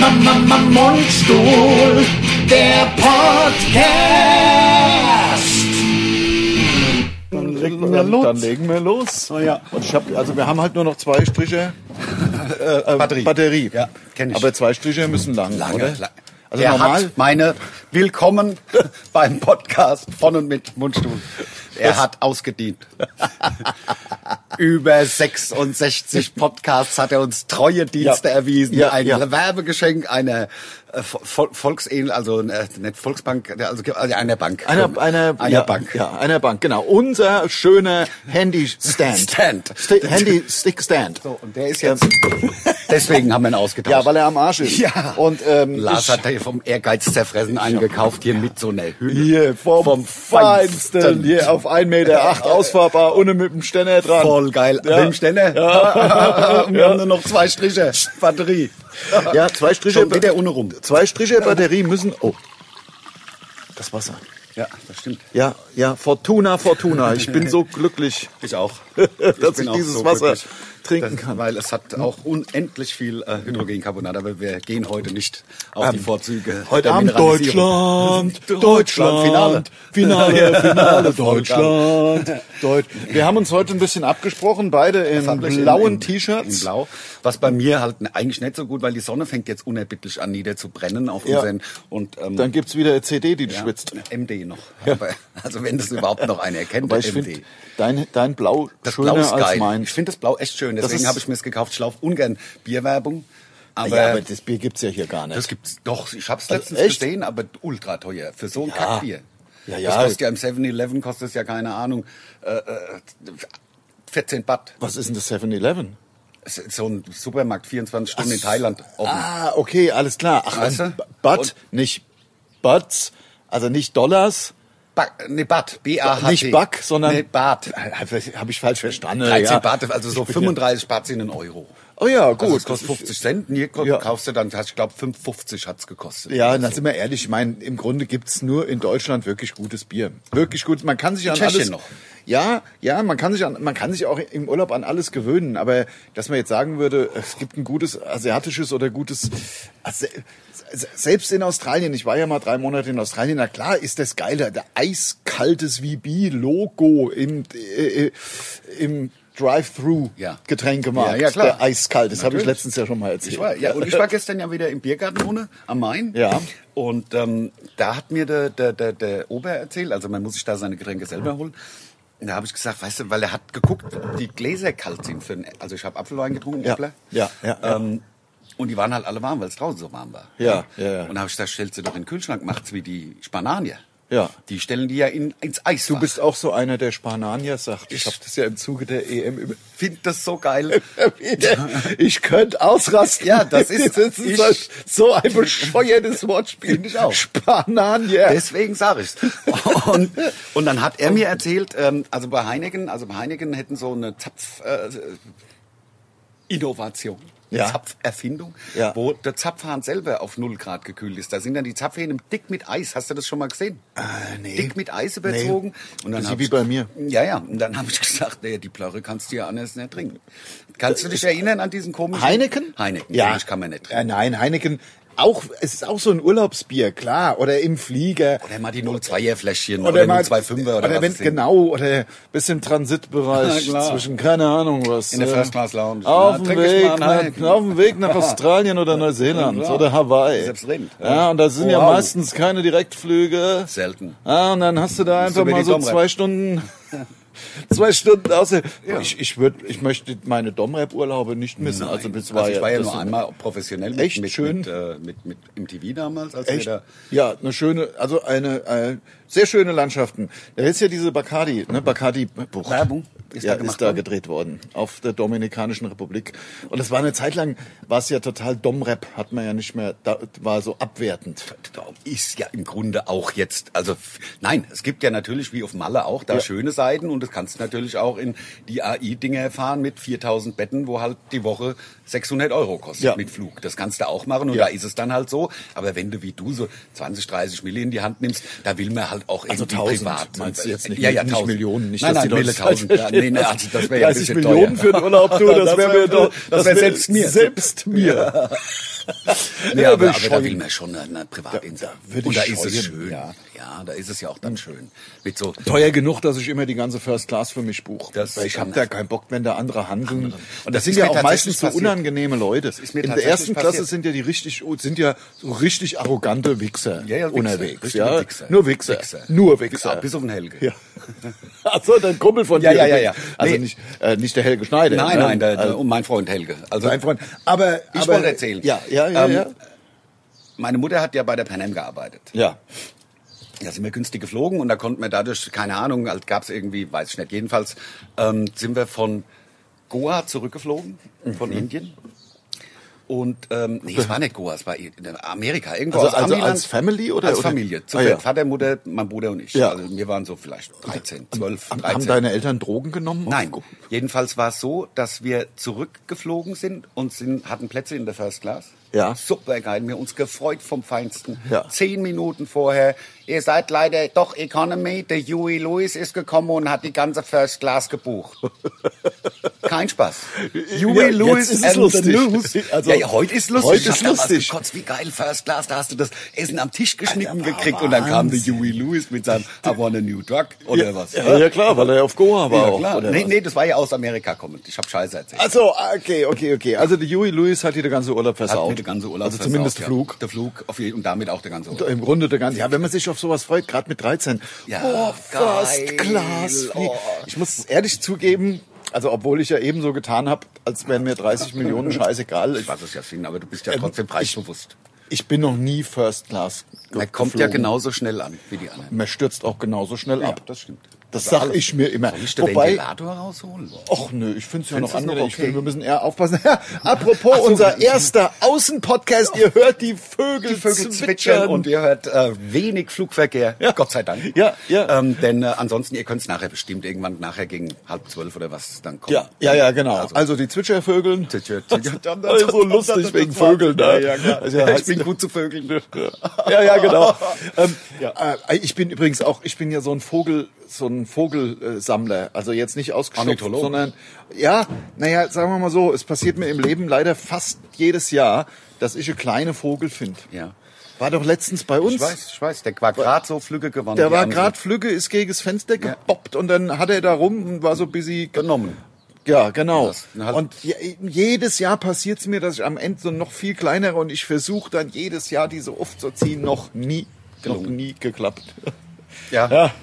am Mundstuhl, der Podcast. Dann legen Dann, wir los. dann legen wir los. Ah, ja. Und ich hab, also wir haben halt nur noch zwei Striche äh, äh, Batterie. Batterie. Ja, kenn ich. Aber zwei Striche müssen lang, Lange, oder? lang. Also er normal. hat meine Willkommen beim Podcast von und mit Mundstuhl. Er hat ausgedient. Über 66 Podcasts hat er uns treue Dienste Ja. erwiesen. Ja, ein ja. Werbegeschenk einer äh, Vol Volksähnl, also äh, nicht Volksbank, also also einer Bank. Einer, einer, einer ja, Bank. Ja, einer Bank, genau. Unser schöner Handy-Stand. Stand. Sti Handy-Stick-Stand. So, und der ist jetzt. Deswegen haben wir ihn ausgetauscht. Ja, weil er am Arsch ist. Ja. Und ähm, Lars ich- hat hier vom Ehrgeiz zerfressen eingekauft, hier mit so einer Hülle. hier vom, Feinsten, hier auf 1,8 Meter ausfahrbar, ohne mit dem Ständer dran. Voll geil. Ja. Mit dem Ständer. Ja. Und wir haben nur noch zwei Striche. Batterie. Ja, zwei Striche. Schon geht er ohne rum. Zwei Striche Batterie müssen. Oh. Das Wasser. Ja, das stimmt. Ja, ja, Fortuna, Fortuna. Ich bin so glücklich, Ich auch. dass bin ich auch dieses so Wasser glücklich. trinken Das- kann. Weil es hat auch unendlich viel äh, Hydrogencarbonat, aber wir gehen heute nicht auf Ähm, die Vorzüge. der Mineralisierung. Deutschland, Finale, Finale, Finale, Deutschland, Deutsch. Wir haben uns heute ein bisschen abgesprochen, beide in Farblich in- in- blauen In T-Shirts. blau. Was bei mir halt eigentlich nicht so gut, weil die Sonne fängt jetzt unerbittlich an, nieder zu brennen auf Ja. unseren. Und, ähm, Dann gibt's wieder eine CD, die du ja, schwitzt. MD noch. Aber, also wenn das überhaupt noch einer erkennt, Aber ich der MD. finde dein, dein Blau Das schöner Blau ist als geil. meins. Ich finde das Blau echt schön. Deswegen ist- habe ich mir es gekauft. Ich laufe ungern Bierwerbung. Aber, ja, aber das Bier gibt's ja hier gar nicht. das gibt's doch. Ich habe es Also letztens echt? gesehen, aber ultra teuer für so ein Ja. Kackbier. Ja, ja. Das kostet ja im 7-Eleven kostet es ja keine Ahnung äh, äh, 14 Baht. Was ist denn das 7-Eleven? Es ist so ein Supermarkt 24 Stunden in Thailand offen. Ah, okay, alles klar. Ach, Weißt und du? Bat, Und- nicht Bats, also nicht Dollars, Back, nee, Bad, B-A-H-T. nicht Back, sondern Nee, Bad. Habe ich falsch verstanden. 13 ja. Bad, also so 35 Bad sind ein Euro. Oh ja, Also gut, das kostet das ist- 50 Cent. Hier ko- Ja. kaufst du dann, ich glaube, 5,50 hat's gekostet. Ja, dann sind wir ehrlich. Ich meine, im Grunde gibt's nur in Deutschland wirklich gutes Bier. Wirklich gut. Man kann sich an Tschechien alles. noch. Ja, ja, man kann sich an, man kann sich auch im Urlaub an alles gewöhnen. Aber dass man jetzt sagen würde, es gibt ein gutes asiatisches oder gutes, also, se- selbst in Australien. Ich war ja mal drei Monate in Australien. Na klar, ist das geiler. Der eiskaltes VB-Logo im äh, äh, im Drive-thru Ja. Getränkemarkt. Ja, ja, klar. Der eiskalt. Das habe ich Natürlich. letztens ja schon mal erzählt. Ich war, ja, und ich war gestern ja wieder im Biergarten ohne, am Main. Ja. Und ähm, da hat mir der, der, der, der Ober erzählt, also man muss sich da seine Getränke selber holen. Und da habe ich gesagt, weißt du, weil er hat geguckt, die Gläser kalt sind. Für den, also ich habe Apfelwein getrunken, Ja, Äppler. ja, ja, ja. Ähm, und die waren halt alle warm, weil es draußen so warm war. Ja, ja, ja. Und da habe ich gesagt, stellst du doch in den Kühlschrank, macht's wie die Spananier. Ja. Die stellen die ja in, ins Eis. Du bist auch so einer, der Spananier sagt. Ich habe das ja im Zuge der EM immer finde das so geil. wieder. Ich könnte ausrasten. Ja, das ist- das ich- ist so ein bescheuertes Wortspiel. Find ich auch. Spananier. Deswegen sage ich's. Und, und dann hat er mir erzählt, ähm, also bei Heineken, also bei Heineken hätten so eine Zapf äh, Innovation. Ja. Zapferfindung, Ja. wo der Zapfhahn selber auf null Grad gekühlt ist. Da sind dann die Zapfhähne dick mit Eis. Hast du das schon mal gesehen? Äh, nee. Dick mit Eis überzogen. Nee. Bisschen hab wie ich- bei mir. Ja, ja. Und dann habe ich gesagt, naja, die Plörre kannst du ja anders nicht trinken. Kannst du dich erinnern an diesen komischen... Äh, Heineken? Heineken, ja. ich kann man nicht Ja, trinken. nein, Heineken. Auch, es ist auch so ein Urlaubsbier, klar. Oder im Flieger. Oder mal die 0,2er Fläschchen oder, Oder, mal, 0,25er oder, was wenn, es sind. genau, oder bis im Transitbereich Ja, klar. zwischen, keine Ahnung was. In der äh, First Class Lounge. Ja, Auf, dem trink ich Weg, mal einen Heineken. nach, auf dem Weg nach Australien oder Neuseeland klar. oder Hawaii. Selbstredend. Ja, Ja. und da sind ja Wow. meistens keine Direktflüge. Selten. Ja, und dann hast du da Musst einfach du mir mal die so Domrep. zwei Stunden, zwei Stunden außer, ich, ich würde, ich möchte meine Domrep-Urlaube nicht missen. Also, das war also ich war ja das nur einmal professionell mit, Echt mit, schön. Mit, äh, mit, mit MTV damals, als wir Echt? da Ja, eine schöne, also eine äh, sehr schöne Landschaften. Da ist ja diese Bacardi, ne, Bacardi Bucht. Werbung Ist ist ja, da da gemacht ist da worden. gedreht worden auf der Dominikanischen Republik. Und es war eine Zeit lang, war es ja total Domrep, hat man ja nicht mehr, da war so abwertend. ist ja im Grunde auch jetzt, also f- nein, es gibt ja natürlich wie auf Malle auch da schöne Seiten und das kannst du natürlich auch in die AI-Dinger fahren mit 4000 Betten, wo halt die Woche 600 Euro kostet Ja. mit Flug. Das kannst du auch machen und Ja. da ist es dann halt so. Aber wenn du wie du so 20, 30 Mille in die Hand nimmst, da will man halt auch Also irgendwie 1000 privat. meinst du jetzt nicht- ja, ja, nicht 1000. Millionen, nicht, nein, dass nein, die Leute Mille das 1000. falsch Ja, nee, nee, also das wäre ja ein 30 bisschen teuer. Millionen für den Urlaub, du, das, Das wäre wär mir doch, das wär selbst mir. Selbst mir. Nee, aber, aber da Bescheuert. will man schon eine, eine Privatinsel. Da würde Und da ich ist es scheuen, schön. ja. Ja. Hm. da ist es ja auch dann schön. Mit so Teuer genug, dass ich immer die ganze First Class für mich buche. Das Weil ich kann- habe da keinen Bock, wenn da andere handeln. Und das, Das sind ist ja mir auch meistens tatsächlich so passiert. unangenehme Leute. ist mir In der tatsächlich ersten Klasse passiert. sind ja die richtig, oh, sind ja so richtig arrogante Wichser Ja, ja, Wichser. unterwegs. Richtige ja. Wichser. Nur Wichser. Wichser. Nur Wichser. Ja, bis auf den Helge. Ja. Achso, dein Kumpel von Ja, dir. ja, ja, übrigens. ja. Also Nee. nicht, äh, nicht der Helge Schneider. Nein, ne? nein, der, der, also, und mein Freund Helge. Also dein Freund. Aber, Ich aber, wollte erzählen. Ja, ja, ja, Ähm, ja. meine Mutter hat ja bei der Pan Am gearbeitet. Ja. Da sind wir günstig geflogen und da konnten wir dadurch, keine Ahnung, halt gab es irgendwie, weiß ich nicht, jedenfalls ähm, sind wir von Goa zurückgeflogen, von Indien. Und, ähm, nee, es war nicht Goa, es war in Amerika, irgendwo Also- aus also Amiland. als Family oder- Als oder- Familie, zu Ah, ja. Vater, Mutter, mein Bruder und ich. Ja. Also wir waren so vielleicht 13, 12, Haben- 13. Haben deine Eltern Drogen genommen? Nein, jedenfalls war es so, dass wir zurückgeflogen sind und sind, hatten Plätze in der First Class. Ja. Super geil, wir uns gefreut vom Feinsten. Ja. Zehn Minuten vorher, ihr seid leider doch Economy, der Huey Lewis ist gekommen und hat die ganze First Class gebucht. Kein Spaß. Ja, jetzt ist es and the lustig. News. Also, ja, ja, heute ist lustig. heute Ich hab ist damals lustig. gekotzt, wie geil, First Class, da hast du das Essen am Tisch geschnitten Ja, gekriegt und dann kam der Wahnsinn. Huey Lewis mit seinem I want a new drug oder was. Ja, ja, klar, weil er ja auf Goa war. Ja, auch, klar. oder Nee, was? nee, das war ja aus Amerika kommend. Ich habe Scheiße erzählt. Also, okay, okay, okay. Also der Huey Lewis hat hier den ganzen Urlaub versaut. Hat mir der ganze Urlaub also zumindest der versaut, Flug. Ja. Der Flug auf jeden, und damit auch der ganze Urlaub. Im Grunde der ganze. Ja, wenn man sich auf sowas freut, gerade mit Oh, 13. Ja, Boah, First geil. Class. Flie- Oh. Ich muss ehrlich zugeben, also obwohl ich ja eben so getan habe, als wären mir 30 Millionen scheißegal. Ich, Ich Äh, weiß es ja, Finn, aber du bist ja trotzdem preisbewusst. ich bin noch nie First Class. ge- Man kommt ja geflogen. genauso schnell an wie die anderen. Man stürzt auch genauso schnell ab. das stimmt. Das sag ich mir immer. Soll ich den Wobei, Ventilator rausholen? Och nö, ich finde es ja Findest noch du's noch angenehm. Ich okay? finde, wir müssen eher aufpassen. Ja, apropos Ach so, unser ja. erster Außenpodcast, ihr hört die Die Vögel, Vögel zwitschern und ihr hört äh, wenig Flugverkehr. Ja. Gott sei Dank. Ja, ja. Ähm, denn äh, ansonsten, ihr könnt es nachher bestimmt irgendwann nachher gegen halb zwölf oder was dann kommen. ja, ja, ja, genau. Also, Also- die Zwitschervögel. Zwitscher- Das ist Also so lustig wegen Vögeln. Ja, Ne? ja, klar. Also, ja, ich bin gut zu Vögeln. ja, ja, genau. Ähm, äh, ich bin übrigens auch, ich bin ja so ein Vogel, so ein Vogelsammler. Also jetzt nicht ausgeschnupft, Ornithologe. sondern ja, naja, sagen wir mal so, es passiert mir im Leben leider fast jedes Jahr, dass ich einen kleinen Vogel finde. Ja. War doch letztens bei uns. Ich weiß, ich weiß. Der war gerade so flügge gewonnen. Der Die war haben so- gerade Flügge, ist gegen das Fenster Ja. geboppt und dann hat er da rum und war so busy. Genommen. Ja, genau. Das- na halt- und je- jedes Jahr passiert es mir, dass ich am Ende so noch viel kleinere und ich versuche dann jedes Jahr diese oft zu ziehen, noch nie, noch Gelungen. nie geklappt. Ja.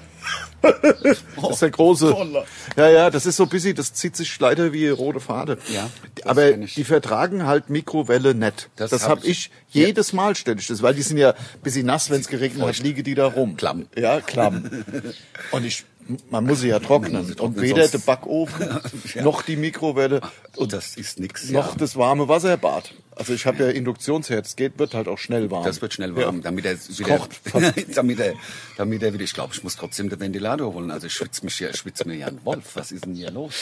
Das ist der große. Toller. Ja, ja, das ist so busy, das zieht sich leider wie rote Fade. Ja, das Aber kenn ich. die vertragen halt Mikrowelle nett. Das, Das hab hab habe ich, jedes Mal ständig. Das, weil die sind ja busy nass, wenn es geregnet hat, liege die da rum. Klamm. Ja, klamm. Und ich, man muss sie ja trocknen. sie Und trocknen, weder sonst- der Backofen Ja. noch die Mikrowelle Und Oh, das ist nix. noch ja. das warme Wasserbad. Also ich habe ja Induktionsherd, es geht, wird halt auch schnell warm. Das wird schnell warm, Ja. damit er wieder, kocht fast. damit er, damit er wieder, ich glaube, ich muss trotzdem den Ventilator holen. Also ich schwitze mich hier, schwitze mir ja ein Wolf. Was ist denn hier los?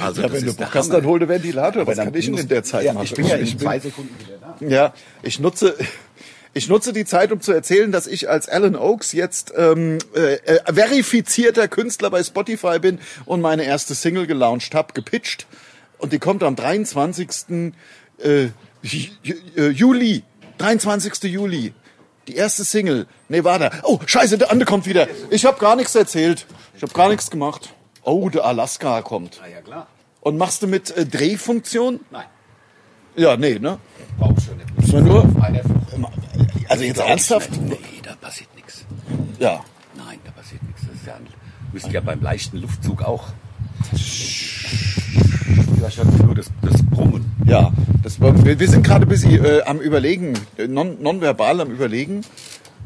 Also Ja, wenn du Bock hast, dann hol den Ventilator. Was kann ich denn in der Zeit ja, machen? Ich bin ja in zwei Sekunden wieder da. Ja, ich nutze, ich nutze die Zeit, um zu erzählen, dass ich als Alan Oakes jetzt ähm, äh, äh, verifizierter Künstler bei Spotify bin und meine erste Single gelauncht habe, gepitcht. Und die kommt am 23. Äh, Ju- äh, Juli. 23. Juli. Die erste Single. Nevada. Oh, scheiße, der Ande kommt wieder. Ich habe gar nichts erzählt. Ich habe gar nichts gemacht. Oh, der Alaska kommt. Ah, ja, klar. Und machst du mit äh, Drehfunktion? Nein. Ja, nee, ne? Brauch schon nicht. Ist man nur- Einer- Also jetzt ernsthaft? Nee, da passiert nichts. Ja. Nein, da passiert nichts. Das ist ja, ein- müsste ja beim leichten Luftzug auch. Ja, schon nur das, das Brummen. Ja, das war, wir, wir sind gerade ein bisschen äh, am Überlegen, äh, non, nonverbal am Überlegen,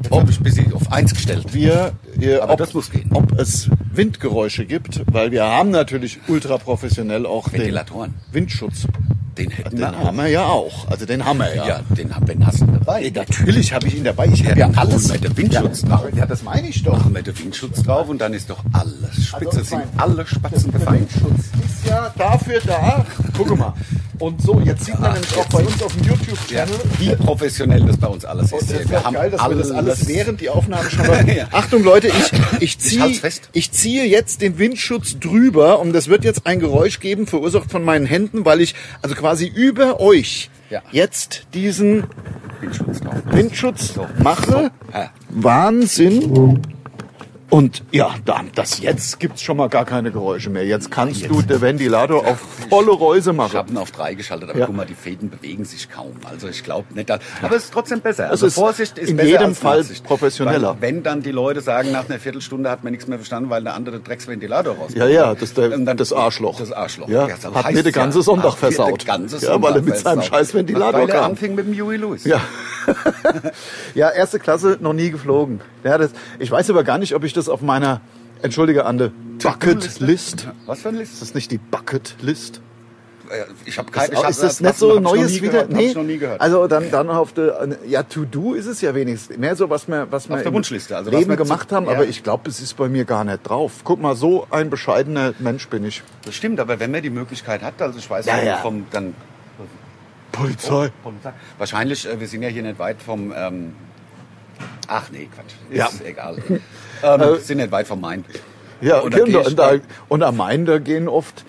Jetzt habe ich ein bisschen auf eins gestellt. wir, äh, Aber ob, das muss gehen. ob es Windgeräusche gibt, weil wir haben natürlich ultra professionell auch den Ventilatoren. Windschutz. Den hätten Den wir auch. haben wir ja auch. Also den haben wir ja. Ja, den haben wir hast du dabei. Ey, natürlich habe ich ihn dabei. Ich habe ja dann holen alles. wir den Windschutz ja, drauf. Ja, das meine ich doch. Machen wir den Windschutz drauf und dann ist doch alles spitze. ich sind mein, alle Spatzen gefallen. Windschutz ist Also, ja dafür da. Guck mal. Und so, jetzt sieht man Ach, nämlich auch Ah, jetzt bei sieht- uns auf dem YouTube-Channel, Wie professionell das bei uns alles ist. Und hier. das wäre geil, dass wir das alles während die Aufnahme schon mal. Ja. Achtung Leute, ich, ich, ziehe, halt's fest. ich ziehe jetzt den Windschutz drüber und das wird jetzt ein Geräusch geben, verursacht von meinen Händen, weil ich also quasi über euch Ja. jetzt diesen Windschutz drauf. Windschutz mache. Ja. Wahnsinn. Und ja, da- das jetzt gibt's schon mal gar keine Geräusche mehr. Jetzt kannst du den Ventilator auf volle Reuse Ich machen. habe ihn auf drei geschaltet, aber Ja. guck mal, die Fäden bewegen sich kaum. Also ich glaube nicht, dass, aber es ist trotzdem besser. Also ist Vorsicht ist in besser jedem als Fall Nachsicht. professioneller. Weil, wenn dann die Leute sagen, nach einer Viertelstunde hat man nichts mehr verstanden, weil der andere Drecksventilator rauskommt. Ja, ja, das, der, Und dann- das Arschloch. Das Arschloch. Ja, so hat mir heißt's den ganzen ja. Sonntag Hat mir den versaut. ganzen ja, weil er Sonntag mit seinem versaut. scheiß Ventilator Weil er kam. anfing mit dem Huey Lewis. Ja. ja, erste Klasse noch nie geflogen. Ja, das, ich weiß aber gar nicht, ob ich das auf meiner, entschuldige Ande, Bucket List. Was für ein List? Ist das nicht die Bucket List? Äh, Ich habe Das, keine. ich hab- ist das hab- nicht so hab ich noch Neues nie wieder? Gehört, hab ich noch nie gehört. Also dann, dann auf der, ja, to do ist es ja wenigstens. Mehr so, was wir, was wir der im Wunschliste, also was Leben wir zu- gemacht haben. ja. Aber ich glaube, es ist bei mir gar nicht drauf. Guck mal, so ein bescheidener Mensch bin ich. das stimmt, aber wenn man die Möglichkeit hat, also ich weiß Ja, nicht, ja. vom dann Polizei. Polizei. Wahrscheinlich, äh, wir sind ja hier nicht weit vom. Ähm, ach nee, Quatsch. Ist Ja. Äh, egal. ähm, wir sind nicht weit vom Main. Ja, Und und, da geh ich und, da, dann- und am Main, da gehen oft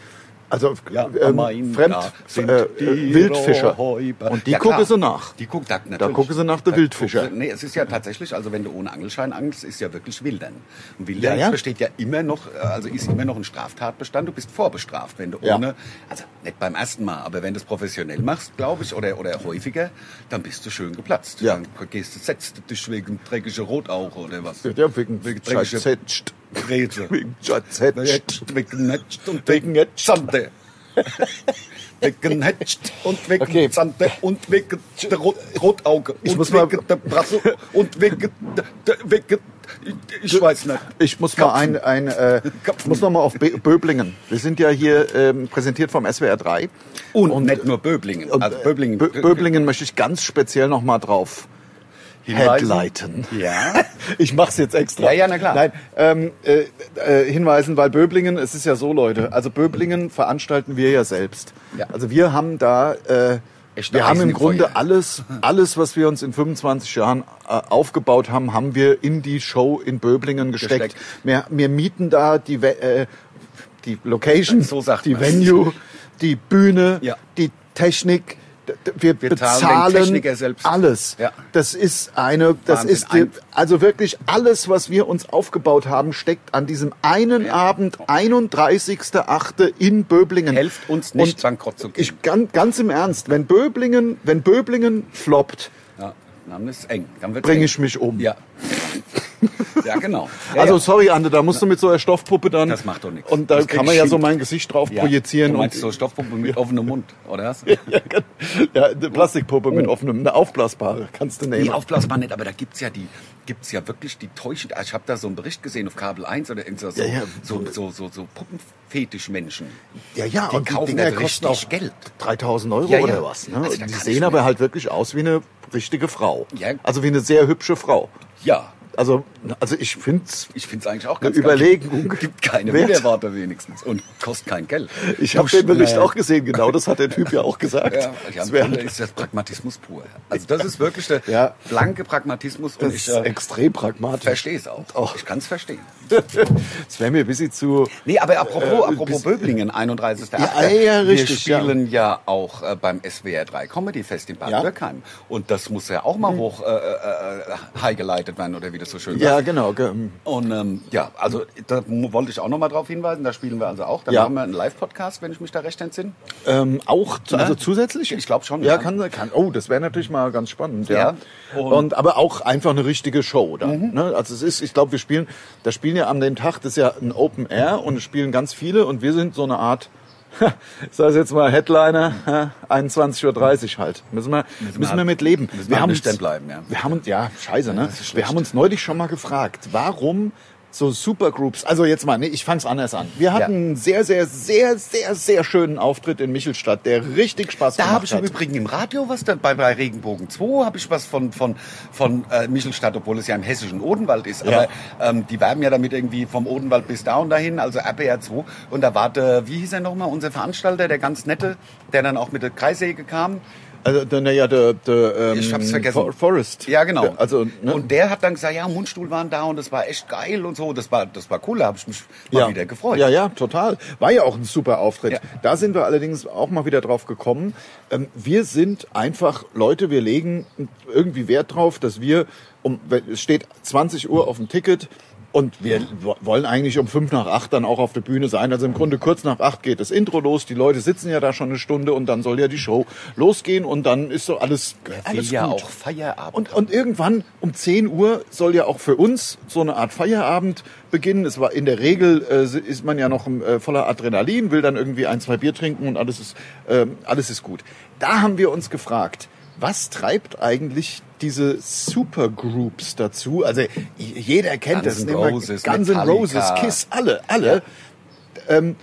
also Ja, ähm, Main, Fremd, da sind äh, die äh, Wildfischer. Räuber. Und die Ja, gucken klar. sie nach. Die gucken, da, natürlich. gucken sie nach der Da Wildfischer. gucken sie- nee, es ist ja tatsächlich, also wenn du ohne Angelschein angelst, ist ja wirklich Wildern. Und Ja, Wildern ja. besteht ja immer noch, äh, also ist immer noch ein Straftatbestand. Du bist vorbestraft, wenn du Ja. ohne, also nicht beim ersten Mal, aber wenn du es professionell machst, glaube ich, oder, oder häufiger, dann bist du schön geplatzt. Ja. Dann gehst du, setzt du dich wegen dreckiger Rotauche oder was. Ja, wegen dreckiger Schatzetzt. Grete. Wegen Schatzetzt. Wegnetscht und Wegen wegen Netzt. Zante. Wegen Netzt und wegen Okay. Zante und wegen der Rot Rotauge Ich und muss mal- wegen der Brasse und wegen der, der wegen ich, ich weiß nicht. Ich muss mal ein, ein äh, ich muss noch mal auf Be Böblingen. Wir sind ja hier ähm, präsentiert vom SWR 3. und, nicht nur Böblingen. Und, also äh, Böblingen. Bö Böblingen möchte ich ganz speziell noch mal drauf Hinweisen. headlighten. Ja. Ich mach's jetzt extra. Ja, ja, na klar. Nein, ähm, äh, äh, hinweisen, weil Böblingen, es ist ja so, Leute, also Böblingen veranstalten wir ja selbst. Ja. Also wir haben da, äh, Echte wir haben Eisen im im Grunde Feuer. alles, alles, was wir uns in 25 Jahren äh, aufgebaut haben, haben wir in die Show in Böblingen gesteckt. Gesteckt. Wir, wir mieten da die, We- äh, die Location, So sagt die man's. Venue, die Bühne, Ja. die Technik. D- d- Wir, Wir zahlen den bezahlen Techniker selbst. alles. Ja. Das ist eine, das Wahnsinn. ist die, Ein- also wirklich alles, was wir uns aufgebaut haben, steckt an diesem einen Abend, 31.8. in Böblingen. Helft uns nicht, Und bankrott zu gehen. Ich ganz, ganz im Ernst, wenn Böblingen, wenn Böblingen floppt, Ja, dann ist eng. Dann wird bringe ich mich um. Ja. Ja, genau. Ja, Also ja. sorry, Ande, da musst du mit so einer Stoffpuppe dann. Das macht doch nichts. Und da Das kann krieg man ich ja hin. so mein Gesicht drauf projizieren Du meinst und so Stoffpumpe mit offenem Mund, oder was? ja, eine Plastikpuppe Oh. mit offenem, eine aufblasbare kannst du nehmen. Nee, aufblasbar nicht, aber da gibt's ja die, gibt's ja wirklich die täuschend. also Ich habe da so einen Bericht gesehen auf Kabel 1 oder irgend so, Ja, ja. so, so, so, so Puppenfetischmenschen. Ja, ja, Die kaufen Dinger das kosten richtig auch Geld. 3000 Euro Ja, ja. oder was. Ne? Also, da die kann ich sehen mir- aber halt wirklich aus wie eine richtige Frau. Ja. Also wie eine sehr hübsche Frau. Ja, Also, also ich find's. ich find's eigentlich auch Eine ganz Überlegung. Geil. Gibt keine Wert. Widerworte wenigstens und kostet kein Geld. Ich habe den Bericht auch gesehen, genau das hat der Typ ja auch gesagt. Ja, ja, das im wär, Grunde ist das Pragmatismus pur. Also das ist wirklich der Ja. blanke Pragmatismus und das ich ist äh, extrem pragmatisch. verstehe es auch. Auch. Ich kann's verstehen. Das wäre mir ein bisschen zu. Nee, aber apropos, Äh, apropos Böblingen, 31. Ja, ja, richtig, Wir spielen ja, auch äh, beim SWR 3 Comedy Fest in Baden-Würkheim. Und das muss ja auch mal hoch äh, äh, äh, highgeleitet werden, oder wie das so schön Mhm. Ja, sagt. genau. ge- Und ähm, ja, also da mu- wollte ich auch nochmal drauf hinweisen, da spielen wir also auch. Da Ja. machen wir einen Live-Podcast, wenn ich mich da recht entsinne. Ähm, auch, zu, also zusätzlich? Ich glaub schon, Ja, ja. kann, kann. Oh, das wäre natürlich mal ganz spannend, ja. Ja, Und, und- aber auch einfach eine richtige Show dann. Ne? Also es ist, ich glaube, wir spielen, da spielen ja an dem Tag, das ist ja ein Open Air und es spielen ganz viele und wir sind so eine Art, ich sage jetzt mal Headliner, 21.30 Uhr halt. Müssen wir, müssen, wir halt- mit leben. müssen wir halt nüchtern bleiben, ja. Wir haben uns, ja, scheiße, ne? ist wir schlecht. haben uns neulich schon mal gefragt, warum so Supergroups, also jetzt mal, nee, ich fang's anders an. Wir hatten Ja. einen sehr, sehr, sehr, sehr, sehr schönen Auftritt in Michelstadt, der halt. richtig Spaß Da habe gemacht ich im hat. Übrigen im Radio was, da, bei, bei Regenbogen 2 habe ich was von, von, von äh, Michelstadt, obwohl es ja im hessischen Odenwald ist. Ja. Aber ähm, die werben ja damit irgendwie vom Odenwald bis da und dahin, also RPR 2. Und da war der, wie hieß er nochmal, unser Veranstalter, der ganz nette, der dann auch mit der Kreissäge kam. Also, der- naja, der, der ähm, Ich hab's vergessen. For- Forrest. Ja, genau. Der, also, ne? Und der hat dann gesagt, ja, Mundstuhl waren da und das war echt geil und so. Das war, das war cool, da habe ich mich mal wieder gefreut. Ja, ja, total. War ja auch ein super Auftritt. Ja. Da sind wir allerdings auch mal wieder drauf gekommen. Ähm, wir sind einfach Leute, wir legen irgendwie Wert drauf, dass wir, um, wenn- es steht 20 Uhr auf dem Ticket und wir wo- wollen eigentlich um 5 nach 8 dann auch auf der Bühne sein. Also im Grunde kurz nach 8 geht das Intro los, die Leute sitzen ja da schon eine Stunde und dann soll ja die Show losgehen und dann ist so alles, Will alles ja gut. auch Feierabend. Und, und irgendwann um 10 Uhr soll ja auch für uns so eine Art Feierabend beginnen. Es war in der Regel äh, ist man ja noch äh, voller Adrenalin, will dann irgendwie ein, zwei Bier trinken und alles ist ähm, alles ist gut. Da haben wir uns gefragt, was treibt eigentlich diese Supergroups dazu? Also jeder kennt Guns das, N' nehmen wir Roses, Guns N' Roses, Metallica. Kiss, alle, alle, ähm,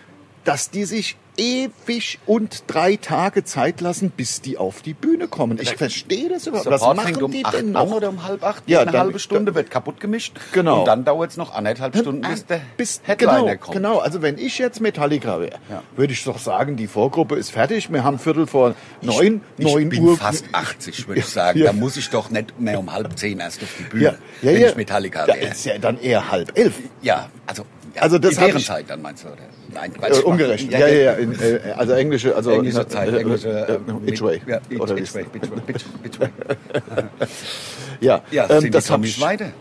dass die sich ewig und drei Tage Zeit lassen, bis die auf die Bühne kommen. Ich verstehe das überhaupt. Was Äh, Support fängt machen um die acht denn an noch? oder um halb acht. Ja, eine dann- halbe Stunde wird kaputt gemischt. Genau. Und dann dauert es noch anderthalb Stunden, Äh, bis der Bis- Headliner genau, kommt. Genau, also wenn ich jetzt Metallica wäre, Ja. würde ich doch sagen, die Vorgruppe ist fertig. Wir haben Viertel vor neun, ich neun bin Uhr. fast 80, würde ich sagen. Da muss ich doch nicht mehr um halb zehn erst auf die Bühne, ja, ja, wenn ja. ich Metallica Da wäre. ist ja dann eher halb elf. Ja, also, ja, Also das in hab deren ich- Zeit dann meinst du? Oder? Nein, Äh, Quatsch. umgerechnet. Ja, ja, ja. In, äh, also englische, also Englische na- Zeit, äh, englische. äh, äh, Itchway. Ja, Itch- Oder wie Itchway, ist- Itchway, Itch- Itchway. Ja, Ja, ähm, sind das die habe Tommy ich. Schweide.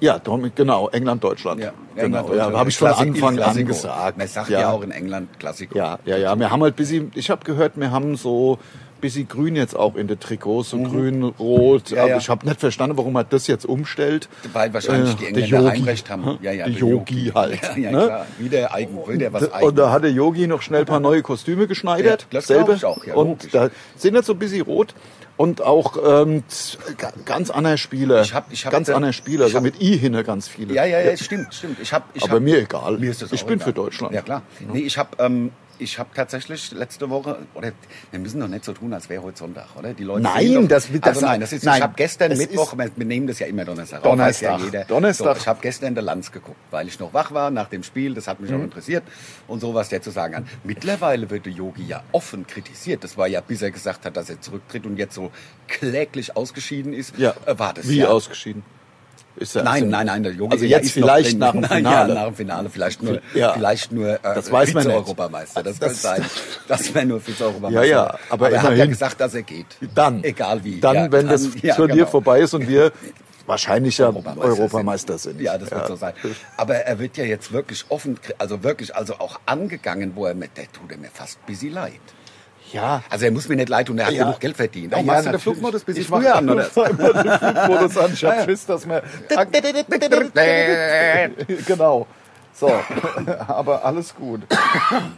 Ja, Tom, genau, England, Deutschland. Ja, genau, England, äh, ja, habe ich von Klassik- Anfang Il an Clasico. gesagt. Man sagt ja, auch in England Klassiko. Ja, ja, ja. Wir haben halt bisschen, ich habe gehört, wir haben so bisschen grün jetzt auch in den Trikots, so grün, rot. Mhm. Ja, aber ja. ich habe nicht verstanden, warum man das jetzt umstellt. Weil wahrscheinlich die Äh, Engländer der Yogi. Heimrecht haben. Ja, ja, der der Yogi Yogi. halt. Ja, ja ne? klar. Wieder eigen, wieder was eigen. Und da hat der Yogi noch schnell ein paar neue Kostüme geschneidert. Ja, das selber. glaub ich auch, ja, logisch. und da sind jetzt so ein bisschen rot. Und auch ähm, z- ga- ganz anderer Spieler. Ich hab- ich hab ganz da- anderer Spieler, ich so hab- mit I hinter ganz viele. Ja, ja, ja, stimmt, stimmt. Ich hab, ich Aber hab, mir egal. Mir ist das Ich auch bin egal. für Deutschland. Ja, klar. Nee, ich habe ähm, ich hab tatsächlich letzte Woche, oder wir müssen doch nicht so tun, als wäre heute Sonntag, oder? Die Leute Nein, sehen doch, das wird- also das- nein, das ist, nein, ich habe gestern es Mittwoch, ist- wir wir nehmen das ja immer Donnerstag auf, Donnerstag, weiß ja jeder. Donnerstag. So, ich habe gestern der Lanz geguckt, weil ich noch wach war nach dem Spiel, das hat mich Mhm. auch interessiert und so, was der zu sagen hat. Mittlerweile wird der Yogi ja offen kritisiert. Das war ja, bis er gesagt hat, dass er zurücktritt und jetzt so kläglich ausgeschieden ist, Ja. äh, war das Wie ja ausgeschieden? Ist ja Nein, nein, nein, der Yogi Also ist- jetzt ist noch vielleicht drin. nach dem Nein, Finale. Ja, nach dem Finale vielleicht nur, Ja. vielleicht nur äh, Das weiß man nicht. Vize-Europameister. Das, Das- kann sein. Das wäre nur Vize-Europameister. Ja, ja, aber er hat ja immerhin. gesagt, dass er geht. Dann. Egal wie. Dann, Ja, wenn das ja, Turnier genau. vorbei ist und wir wahrscheinlich ja Europameister, sind. Ja, das wird so sein. Aber er wird ja jetzt wirklich offen, kri- also wirklich, also auch angegangen, wo er mit, der tut er mir fast ein bisschen leid. Ja. Also er muss mir nicht leid tun, er hat Ja. genug Geld verdient. Ja, Auch ja, machst du den natürlich. Flugmodus ein bisschen Ich mach früher an, immer oder? den Flugmodus an. Ich hab Schiss, dass man... genau. So. Aber alles gut.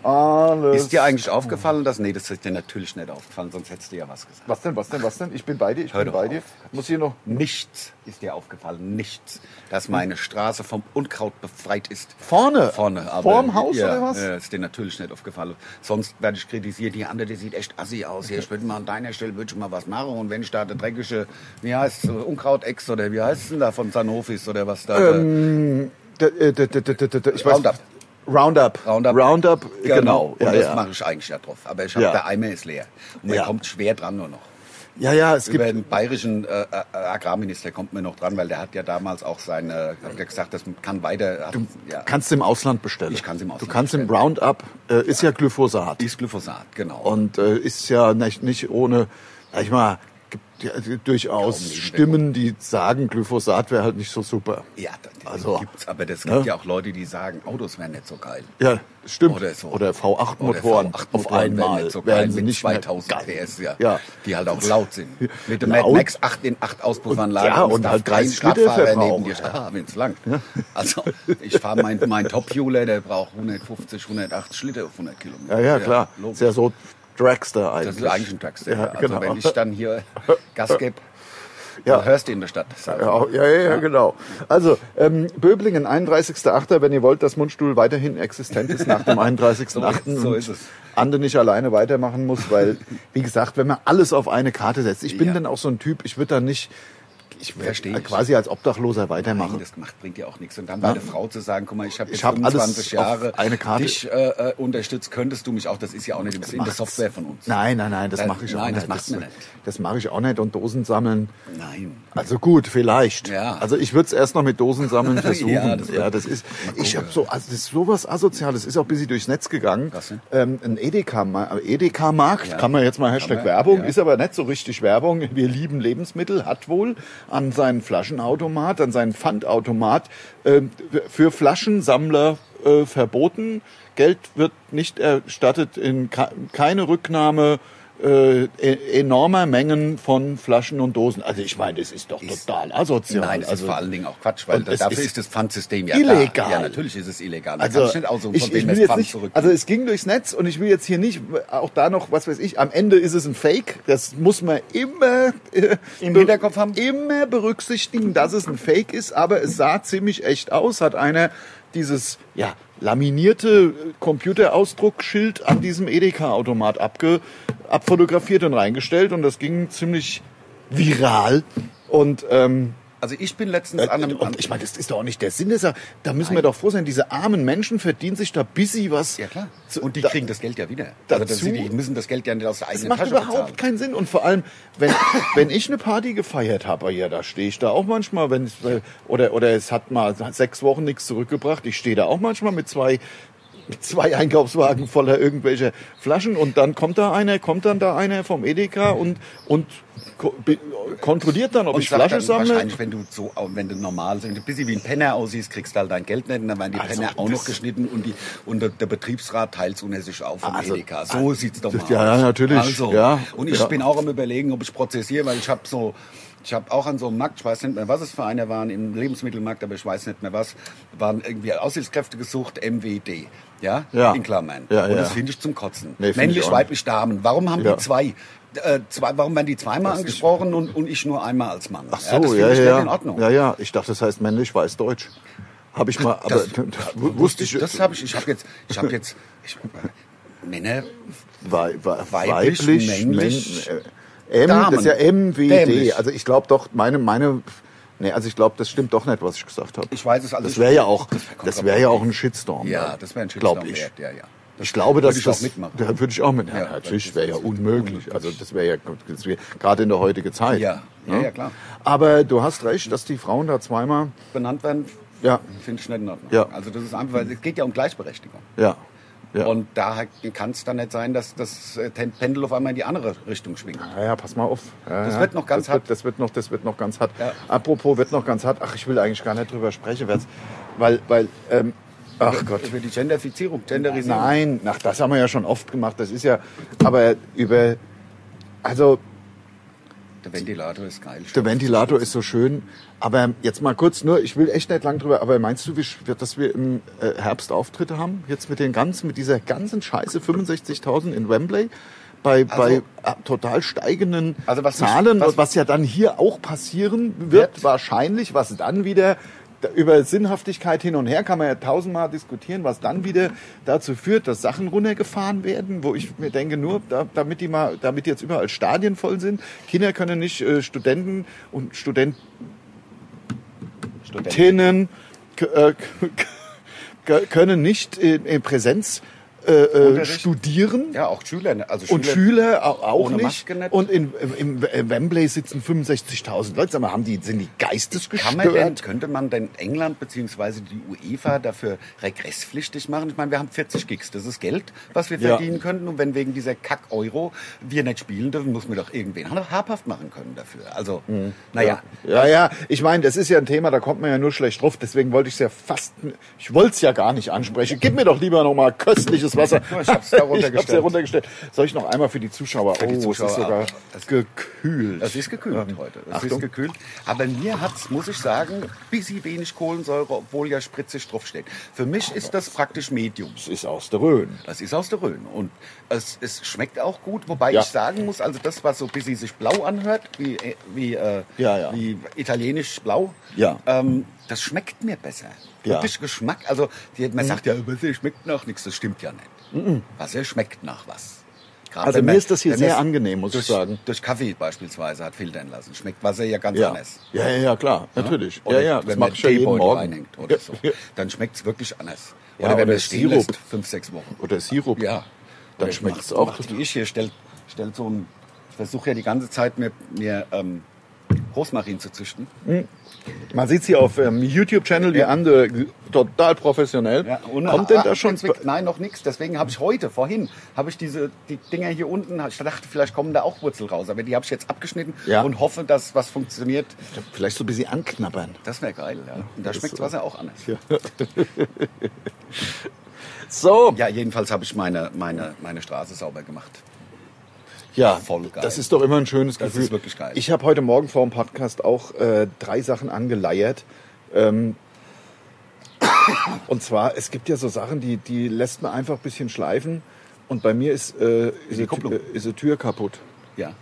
Alles. Ist dir eigentlich aufgefallen, dass, nee, das ist dir natürlich nicht aufgefallen, sonst hättest du ja was gesagt. was denn, was denn, was denn? Ich bin bei dir, ich Hör bin doch bei dir. auf. Muss hier noch... Nichts ist dir aufgefallen, nichts, dass meine Straße vom Unkraut befreit ist. Vorne? Vorne, aber. Vorm Haus ja, oder was? Ja, ist dir natürlich nicht aufgefallen. Sonst werde ich kritisiert, die andere, der sieht echt assi aus. Hier, ich würde mal an deiner Stelle würde ich mal was machen. Und wenn ich da der dreckige, wie heißt es, Unkrautex oder wie heißt es denn da von Sanofis oder was da? Ähm, Da, äh, da, da, da, da, da, ich weiß Roundup. Roundup. äh, Roundup. Roundup, genau. genau. Und das mache ich eigentlich da drauf. Aber ich habe Ja. der Eimer ist leer. Und man Ja. kommt schwer dran nur noch. ja, ja, es gibt Über den bayerischen äh, äh, Agrarminister kommt mir noch dran, weil der hat ja damals auch seine, hat ja gesagt, das kann weiter. Hat, ja, Kannst du im Ausland bestellen. Ich kann's im Ausland Du kannst im Roundup, äh, ist ja Glyphosat. dies Glyphosat, genau. Und äh, ist ja nicht, nicht ohne, sag ich mal, gibt ja äh, durchaus Stimmen, die sagen, Glyphosat wäre halt nicht so super. ja, das Also, also, gibt's, aber das ne? gibt ja auch Leute, die sagen, Autos wären nicht so geil. Ja, stimmt. Oder so. V8-Motoren Oder V8 auf Motoren wären einmal nicht so geil werden sie mit nicht mehr 2000 geil. PS, ja, ja. Die halt auch laut sind. Mit dem Mad Laut. Max 8 in 8 Auspuffanlagen. Ja, es und darf halt kein 30 Radfahrer Liter neben dir Verbrauch. fahren, wenn's lang. Also, ich fahre mein, mein Top-Fueler, der braucht 150, 180 Liter auf 100 Ja, Kilometer. ja, klar. logisch. ist ja so Dragster eigentlich. Das ist eigentlich ein Truckster. Ja, Ja, also genau. wenn ich dann hier Gas gebe, Ja. ja. hörst du in der Stadt. sag ich. Ja, auch- ja, ja, ja, genau. Also, ähm, Böblingen, 31.8., wenn ihr wollt, dass Mundstuhl weiterhin existent ist nach dem 31.8. So und ist es. Ande nicht alleine weitermachen muss, weil, wie gesagt, wenn man alles auf eine Karte setzt, ich bin Ja. dann auch so ein Typ, ich würde dann nicht ich Versteh werde ich. quasi als Obdachloser weitermachen. Nein, das macht, bringt ja auch nichts. Und dann bei der Frau zu sagen, guck mal, ich habe jetzt hab alles 25 auf Jahre eine Karte. dich äh, äh, unterstützt, könntest du mich auch, das ist ja auch nicht im Sinn der macht's. Software von uns. Nein, nein, nein, das Äh, mache ich auch nein, das nicht. macht man das, nicht. das mache ich auch nicht. Und Dosen sammeln. Nein. Also gut, vielleicht. Ja. Also ich würde es erst noch mit Dosen sammeln versuchen. Ja, ja, das wird- das, ist. Ich habe so, also das ist sowas asoziales. Ist auch ein bisschen durchs Netz gegangen. Was denn? Ähm, ein Edeka, Edeka Markt, Ja. kann man jetzt mal Hashtag Kann man, Werbung, ja. ist aber nicht so richtig Werbung. Wir lieben Lebensmittel, hat wohl an seinen Flaschenautomat, an seinen Pfandautomat ähm, für Flaschensammler äh, verboten. Geld wird nicht erstattet, in ke- keine Rücknahme äh, e- enormer Mengen von Flaschen und Dosen. Also ich meine, das ist doch Ist- total asozial. Nein, das also, ist vor allen Dingen auch Quatsch, weil Und es dafür ist, ist das Pfandsystem ja Da. illegal. Ja, natürlich ist es illegal. Man also, kann ich nicht aussuchen, von ich, ich wem will das jetzt Pfand nicht, zurück. also es ging durchs Netz und ich will jetzt hier nicht, auch da noch, was weiß ich, am Ende ist es ein Fake. Das muss man immer äh, Im be- Hinterkopf haben. Immer berücksichtigen, dass es ein Fake ist, aber es sah ziemlich echt aus. Hat einer dieses ja laminierte äh, Computerausdruckschild an diesem Edeka-Automat abge, abfotografiert und reingestellt und das ging ziemlich viral und ähm, also ich bin letztens an einem... An, und Äh, ich meine, das ist doch auch nicht der Sinn der Sache. Da müssen wir doch froh sein. Diese armen Menschen verdienen sich da busy was. ja klar. zu- Und die da- kriegen das Geld ja wieder. dazu- das- die müssen das Geld ja nicht aus der Das eigenen macht Tasche überhaupt bezahlen. keinen Sinn. Und vor allem, wenn, wenn ich eine Party gefeiert habe, ja, da stehe ich da auch manchmal, wenn ich, oder, oder es hat mal sechs Wochen nichts zurückgebracht. Ich stehe da auch manchmal mit zwei, mit zwei Einkaufswagen voller irgendwelcher Flaschen und dann kommt da einer, kommt dann da einer vom Edeka und, und ko- be- kontrolliert dann, ob Und ich sag Flasche dann sammle. wahrscheinlich, wenn du so, wenn du normal, wenn du ein bisschen wie ein Penner aussiehst, kriegst du halt dein Geld nicht. Und dann werden die Also, Penner auch noch das- geschnitten und, die, und der, der Betriebsrat teilt es unter sich auf vom Also, Edeka. So sieht's doch mal ja, aus. ja, natürlich, Also, ja, und ich ja. bin auch am überlegen, ob ich prozessiere, weil ich habe so, ich habe auch an so einem Markt, ich weiß nicht mehr, was es für einer waren, im Lebensmittelmarkt, aber ich weiß nicht mehr was, waren irgendwie Aushilfskräfte gesucht, MWD. Ja, Ja. in Klammern. Ja, und ja. das finde ich zum Kotzen. Nee, find ich Männlich, auch weiblich, Damen. Warum haben Ja. die zwei? Äh, zwei, warum werden die zweimal angesprochen und, und ich nur einmal als Mann? Ach so, das ja, finde ich ja. nicht in Ordnung. Ja, ja, ich dachte, das heißt männlich weiß Deutsch. Habe ich mal, aber Das- das, wusste ich. Das habe ich. Ich habe jetzt, ich habe jetzt, ich, Männer, wei, wei, Weiblich, weiblich, männlich, Men- äh, M, Damen. das ist ja MWD. Dämlich. Also ich glaube doch, meine, meine, nee, also ich glaube, das stimmt doch nicht, was ich gesagt habe. ich weiß es alles. Das wäre ja auch, kommt das drauf wäre an. ja auch ein Shitstorm. Ja, dann, das wäre ein Shitstorm glaub ich. wert, ja, ja. ich glaube, dass Würde ich auch das, mitmachen. Da würde ich auch mit. Ja, Ja, natürlich, das wäre ist- ja unmöglich. Also das wäre ja das wär, gerade in der heutigen Zeit. Ja, ja, ne? ja, klar. Aber du hast recht, dass die Frauen da zweimal benannt werden. Ja. finde ich nicht in Ordnung. Ja. Also das ist einfach, weil es geht ja um Gleichberechtigung. Ja. ja. Und da kann es dann nicht sein, dass das äh, Ten- Pendel auf einmal in die andere Richtung schwingt. ja, ja, pass mal auf. Ja, Das ja. wird noch ganz das wird, hart. Das wird noch, das wird noch ganz hart. Ja. Apropos wird noch ganz hart. Ach, ich will eigentlich gar nicht drüber sprechen, weil's- weil, weil, ähm, ach Gott. Über die Genderfizierung, Genderisierung. Nein, ach, das haben wir ja schon oft gemacht. Das ist ja, aber über, also Der Ventilator ist geil. der Ventilator ist so schön. Aber jetzt mal kurz nur, ich will echt nicht lang drüber, aber meinst du, wie sch- wird- dass wir im äh, Herbst Auftritte haben? Jetzt mit den ganzen, mit dieser ganzen Scheiße 65.000 in Wembley? Bei, bei äh, total steigenden Also was mich- Zahlen, was- was, was ja dann hier auch passieren wird, Wird. wahrscheinlich, was dann wieder da- über Sinnhaftigkeit hin und her kann man ja tausendmal diskutieren, was dann wieder dazu führt, dass Sachen runtergefahren werden, wo ich mir denke, nur da, damit die mal, damit jetzt überall Stadien voll sind. Kinder können nicht, äh, Studenten und Student, Student. Tinnen k- äh, k- k- können nicht in, in Präsenz äh, äh, Unterricht. studieren. Ja, auch Schüler. ne? Also Und Schüler au- auch ohne nicht. Maske nicht. Und in, im, im Wembley sitzen 65.000 Leute. Sag mal, haben die, sind die geistesgestört? Kann man denn, könnte man denn England bzw. die UEFA dafür regresspflichtig machen? Ich meine, wir haben 40 Gigs, das ist Geld, was wir Ja. verdienen könnten. Und wenn wegen dieser Kack-Euro wir nicht spielen dürfen, muss man doch irgendwen habhaft machen können dafür. Also, naja. Mhm. Ja, ja, ich meine, das ist ja ein Thema, da kommt man ja nur schlecht drauf. Deswegen wollte ich es ja fast, ich wollte es ja gar nicht ansprechen. Gib mir doch lieber noch mal köstliches Wasser. Ja, ich hab's da Ich hab's ja runtergestellt. runtergestellt. Soll ich noch einmal für die Zuschauer? die oh, Zuschauer, es ist sogar aber das- gekühlt. Es ist gekühlt heute. Es Ähm, Achtung. ist gekühlt. Aber mir hat's, muss ich sagen, ein bisschen wenig Kohlensäure, obwohl ja spritzig draufsteht. Für mich ist das praktisch Medium. Es ist aus der Rhön. Das ist aus der Rhön. Und es, es schmeckt auch gut, wobei Ja. ich sagen muss, also das, was so ein bisschen sich blau anhört, wie, äh, wie, äh, Ja, ja. wie italienisch blau, Ja. ähm, das schmeckt mir besser. Ja. Mhm. Wirklich Geschmack. Also die, man sagt ja, Wasser schmeckt nach nichts, das stimmt ja nicht. Wasser schmeckt nach was. Grad Also wenn mir man- ist das hier wenn sehr man's angenehm, muss ich durch, sagen. Durch Kaffee beispielsweise hat filtern lassen. Schmeckt Wasser ja ganz Ja. anders. ja, ja, ja, klar, natürlich. Oder ja, ja, das wenn man mache ich ja jeden Teebeutel Morgen. reinhängt oder Ja, so. ja. Dann schmeckt's wirklich anders. Ja, Oder wenn oder man es stehen Sirup. lässt, fünf, sechs Wochen. Oder Sirup. Ja. Dann Oder schmeckt es mach- auch. mach die Ich hier stell, stell so ein, ich versuche ja die ganze Zeit mir, mir ähm, Rosmarin zu züchten. Man sieht's hier auf ähm, YouTube-Channel, die Ja. andere g- total professionell. Ja, ohne- Kommt denn ah, da schon? Zwick- Nein, noch nichts. Deswegen habe ich heute, vorhin, habe ich diese die Dinger hier unten. Ich dachte, vielleicht kommen da auch Wurzel raus, aber die habe ich jetzt abgeschnitten Ja. und hoffe, dass was funktioniert. Vielleicht so ein bisschen anknabbern. Das wäre geil. Ja. Und da Das- äh, schmeckt Wasser auch anders. So, Ja, jedenfalls habe ich meine meine meine Straße sauber gemacht. ja, voll geil. das ist doch immer ein schönes Das Gefühl. ist wirklich geil. Ich habe heute Morgen vor dem Podcast auch äh, drei Sachen angeleiert. Ähm, und zwar, es gibt ja so Sachen, die, die lässt man einfach ein bisschen schleifen. Und bei mir ist, äh, ist, die Kupplung. Tür, ist die Tür kaputt. Ja.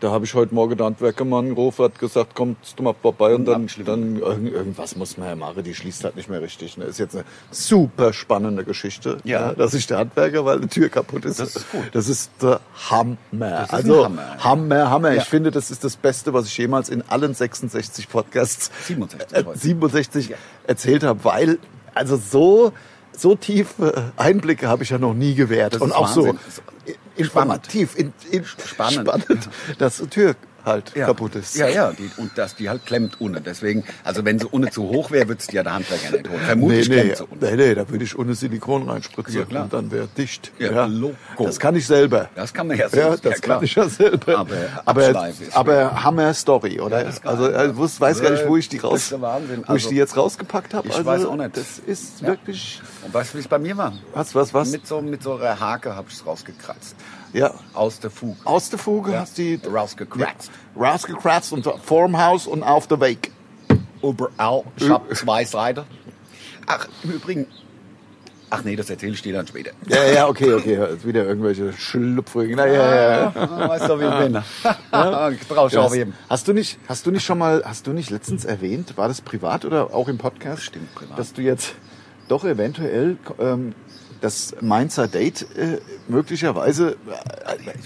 Da habe ich heute Morgen der Handwerkermann gerufen, hat gesagt, kommst du mal vorbei und dann, abschliffen. dann irgend, irgendwas muss man ja machen, die schließt halt nicht mehr richtig. Ne? Ist jetzt eine super spannende Geschichte, Ja. ne? dass ich der Handwerker, weil die Tür kaputt ist. Das ist gut. Das ist der Hammer. ist ein also Hammer. Hammer, Hammer. Ja. Ich finde, das ist das Beste, was ich jemals in allen 66 Podcasts 67 äh, heute. 67 Ja. erzählt habe, weil also so so tiefe Einblicke habe ich ja noch nie gewährt Das und ist auch Wahnsinn. so informativ, in, in, Spannend. spannend, dass die Tür halt Ja. kaputt ist. Ja, ja. Die, und dass die halt klemmt ohne. Deswegen, also wenn sie ohne zu hoch wäre, würde es ja der Handwerker nicht holen. Nee, Vermutlich nee, klemmt sie ohne. nee, nee, da würde ich ohne Silikon reinspritzen Ja, klar. und dann wäre dicht. Ja, Logo. Das kann ich selber. Das kann man ja Ja, selbst, das ja, klar. kann ich ja selber. Aber aber, Abschleife ist aber Hammer Story, oder? das ist geil. also äh, wusst, weiß gar nicht, wo ich die Das raus, ist der Wahnsinn. wo ich Also, die jetzt rausgepackt habe. ich also, weiß auch nicht. Das ist Ja. wirklich Und weißt du, wie es bei mir war? was, was, was. Mit so, mit so einer Hake habe ich es rausgekratzt. ja, Aus der Fuge. aus der Fuge Ja. hast die Rausgekratzt. Ja, rausgekratzt und vorm Haus und auf der Weg. Überall. Ich habe zwei Seiten. Ach, im Übrigen. Ach nee, das erzähle ich dir dann später. Ja, ja, okay, okay. Jetzt wieder irgendwelche schlüpfrigen. Na, ja, ja, ja. Ah, Weißt du, wie ich bin? Brauchst du Ja, auch hast, eben. hast du nicht, hast du nicht schon mal, hast du nicht letztens erwähnt, war das privat oder auch im Podcast? Bestimmt privat. Dass du jetzt doch eventuell ähm, das Mainzer Date äh, möglicherweise äh,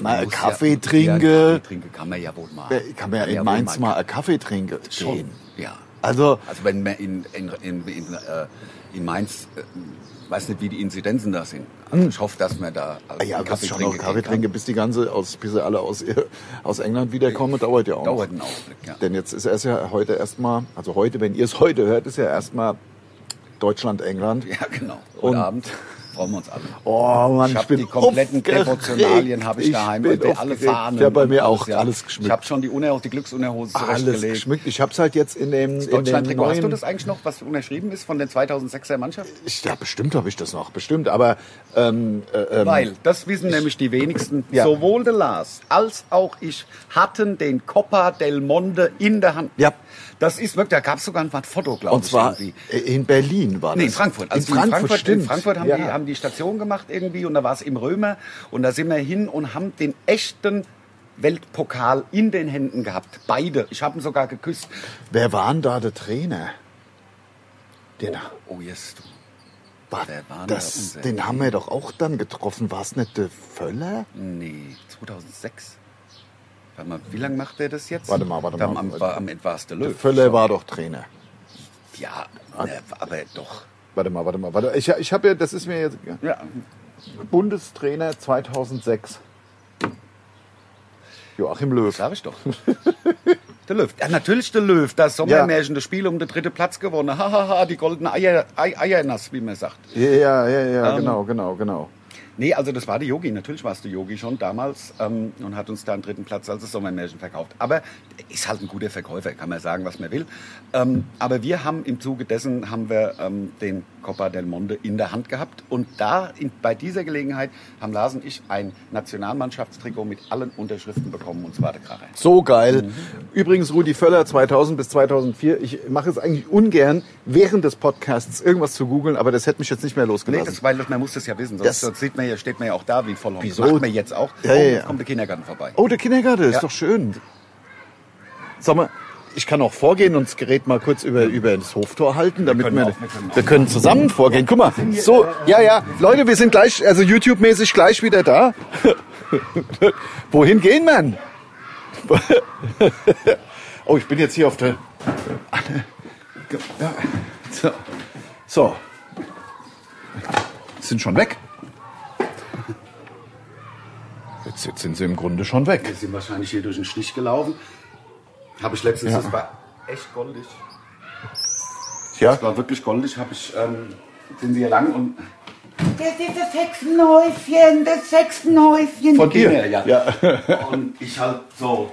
mal Also muss Kaffee ja, Ja, einen trinke. Kaffee trinke kann man ja wohl mal. Äh, Kann man ja in wohl Mainz mal einen Kaffee trinken schon. gehen. Ja. Also, Also wenn man in, in, in, in, äh, in Mainz, äh, weiß nicht, wie die Inzidenzen da sind. Also ich hoffe, dass man da also Hm. Ah ja, einen Kaffee schon noch trinken Kaffee gehen trinke, bis die ganze aus, bis sie alle aus, aus England wiederkommen, dauert ja auch kann. noch. Dauert einen Augenblick, ja. Denn jetzt ist es ja heute erstmal, also heute, wenn ihr es heute hört, ist ja erstmal Deutschland, England. Ja, genau. Heute Und- Abend freuen wir uns alle. Oh Mann, Ich ich, habe bin die kompletten aufgeregt. Devotionalien habe ich daheim. bin und alle aufgeregt. Fahnen. Ja, bei mir und auch ja. alles Ich geschmückt. habe schon die, Uner die Glücksunterhose alles zurechtgelegt. geschmückt. Ich hab's halt jetzt in dem in dem Deutschland-Trikot. Hast du neuen- Ähm, das eigentlich noch, was unterschrieben ist von der 2006er Mannschaft? Ich, ja, bestimmt habe ich das noch, bestimmt. Aber ähm, äh, ähm, Weil, das wissen nämlich die wenigsten, Ja. sowohl der Lars als auch ich hatten den Copa del Monde in der Hand. Ja. Das ist wirklich, da gab es sogar ein Foto, glaube ich. und zwar irgendwie. in Berlin war das. Nee, in Frankfurt. Also in Frankfurt, in stimmt. Frankfurt haben, ja. die, haben die Station gemacht irgendwie und da war es im Römer und da sind wir hin und haben den echten Weltpokal in den Händen gehabt. Beide. Ich habe ihn sogar geküsst. Wer waren da der Trainer? Den, Oh, yes, du. war, wer war denn da das, unser den haben wir doch auch dann getroffen. War es nicht der Völler? Nee, 2006. Warte mal, wie lange macht der das jetzt? Warte mal, warte Da mal. Am, war, am Ende war es der Der Löw. Völler war doch Trainer. Ja, ne, aber doch. Warte mal, warte mal, warte. Ich, ich habe ja, das ist mir jetzt Ja, Bundestrainer 2006. Joachim Löw. sag ich doch. der Löw. Ja, natürlich der Löw. Das Sommermärchen, das Spiel um den dritten Platz gewonnen. Hahaha, ha, ha, die goldene Eier, Ei, Eiernass, wie man sagt. Ja, ja, ja, ja Ähm. genau, genau, genau. Nee, also das war der Yogi. Natürlich warst du Yogi schon damals ähm, und hat uns da einen dritten Platz als das Sommermärchen verkauft. Aber ist halt ein guter Verkäufer, kann man sagen, was man will. Ähm, aber wir haben im Zuge dessen haben wir ähm, den Copa del Monde in der Hand gehabt und da in, bei dieser Gelegenheit haben Lars und ich ein Nationalmannschaftstrikot mit allen Unterschriften bekommen und zwar der Kracher. So geil. Mhm. Übrigens, Rudi Völler 2000 bis 2004. Ich mache es eigentlich ungern, während des Podcasts irgendwas zu googeln, aber das hätte mich jetzt nicht mehr Nee, losgelassen. das, weil man muss das ja wissen, Das- sonst, sonst sieht man ja, steht man ja auch da wie voll Wieso? Macht man jetzt auch. Ja, oh, ja, ja. Jetzt kommt der Kindergarten vorbei. oh, der Kindergarten Ja. ist doch schön. Sag mal, ich kann auch vorgehen und das Gerät mal kurz über, über das Hoftor halten, damit wir können wir, auch, wir können auch. können zusammen vorgehen. Guck mal, so, ja, ja, Leute, wir sind gleich, also YouTube-mäßig gleich wieder da. Wohin gehen, Mann? oh, ich bin jetzt hier auf der. Ja. So. so. Sind schon weg. Jetzt, jetzt sind sie im Grunde schon weg. Wir sind wahrscheinlich hier durch den Stich gelaufen. Habe ich letztens, Ja. das war echt goldig. Ja, Das war wirklich goldig, habe ich, ähm, sind sie hier lang und Das ist das Hexenhäufchen, das Hexenhäufchen. von dir. Kinder, ja. Und ich halt so,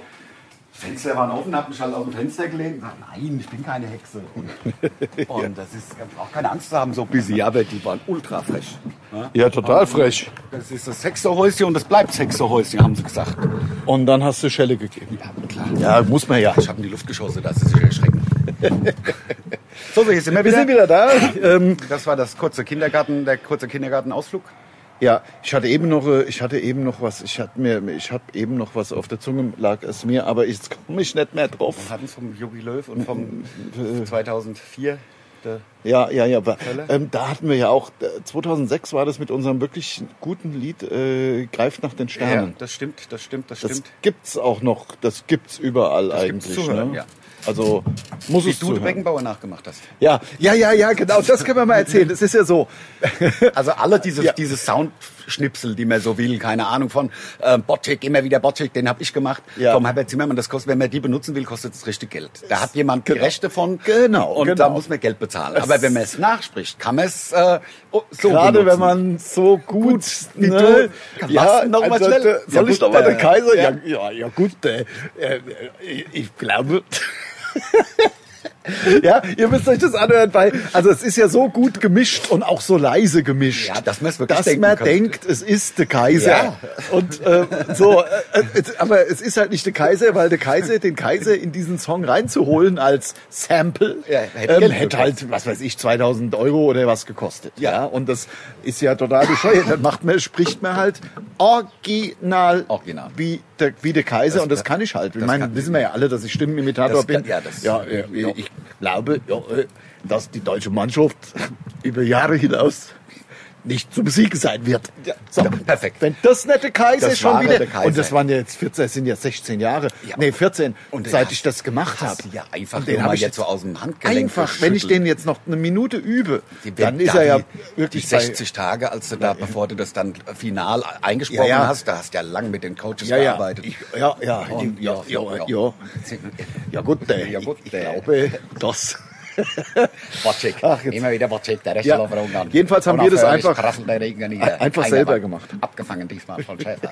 Fenster waren offen, hab mich halt aus dem Fenster gelehnt und gesagt, nein, ich bin keine Hexe. Und, und das ist, ihr braucht keine Angst zu haben, so busy, aber die waren ultra frech. Ja, total frech. äh, Das ist das Hexerhäuschen und das bleibt das Hexerhäuschen, haben sie gesagt. Und dann hast du Schelle gegeben. Ja, klar. Ja, muss man ja. Ich habe in die Luft geschossen, das ist erschreckend. so, so, hier sind wir Wir wieder. sind wieder da. Ähm, Das war das kurze Kindergarten, der kurze Kindergartenausflug. ja, ich hatte eben noch, äh, ich hatte eben noch was, ich hatte mir, ich habe eben noch was auf der Zunge, lag es mir, aber jetzt komme ich nicht mehr drauf. Wir hatten vom Jogi Löw und vom 2004. Der Äh, Ja, ja, ja. Aber, Hölle? ähm, da hatten wir ja auch, äh, 2006 war das mit unserem wirklich guten Lied äh, Greift nach den ja, Sternen. das stimmt, das stimmt, das das stimmt. gibt's auch noch, das gibt's überall gibt's eigentlich. zu hören, ne? ja. Also muss Wie es du zu den hören. Beckenbauer nachgemacht hast. Ja, ja, ja, ja, genau, das können wir mal erzählen. Das ist ja so. Also alle diese, Ja. diese Soundschnipsel, die man so will, keine Ahnung von ähm, Bottic, immer wieder Bottic, den habe ich gemacht, Ja. vom Herbert Zimmermann. Das kostet, wenn man die benutzen will, kostet es richtig Geld. Da hat jemand die Genau. Rechte von Genau, und da genau. muss man Geld bezahlen. Aber wenn man es nachspricht, kann man es äh, oh, so Gerade benutzen. wenn man so gut, wie ne? du. Was? Noch mal schnell? äh, Soll Ja, ich gut, noch mal den äh, Kaiser? ja. Ja, ja, ja gut. Äh, äh, ich- ich glaube. ja, ihr müsst euch das anhören, weil also es ist ja so gut gemischt und auch so leise gemischt, Ja, dass man's wirklich dass denken man könnte. denkt, es ist der Kaiser. Ja. Und äh, so, äh, äh, aber es ist halt nicht der Kaiser, weil der Kaiser den Kaiser in diesen Song reinzuholen als Sample, Ja, hätte ähm, Geld hätte gekostet. halt was weiß ich, 2000 Euro oder was gekostet. Ja. Und das ist ja total bescheuert. Dann macht man, spricht man halt original, Original. Wie, der, wie der Kaiser. und das kann ich halt. Ich das meine, kann- wissen wir ja alle, dass ich Stimmenimitator Das kann- bin. ja, das- ja, äh, ich glaube, ja, äh, dass die deutsche Mannschaft über Jahre hinaus nicht zum Sieg sein wird. Ja, ja, perfekt. Wenn das nicht der Kaiser Das ist schon war wieder. der Kaiser. Und das waren ja jetzt 14, das sind ja 16 Jahre. Ja. Nee, 14, Und den seit hast- ich das gemacht habe. hast du ja einfach Und den nur hab mal ich jetzt so aus dem Handgelenk Einfach, wenn ich geschüttelt. den jetzt noch eine Minute übe, Die- dann wenn ist da er ja die, wirklich die bei- 60 Tage, als du da, bevor du das dann final eingesprochen Ja, ja. hast, da hast du ja lang mit den Coaches Ja, ja. gearbeitet. Ich, ja, ja, Und- Oh, ja, ja, ja, ja. Ja gut, äh, Ja, gut, ich, ich äh. glaube, das. Bocek. Ach, jetzt- Immer wieder Bocek, der Ja. Rechtsverlauf ja. Jedenfalls haben wir das einfach- Der Regen nieder. einfach Keiner selber war gemacht. Genau. Abgefangen diesmal von Schäfer.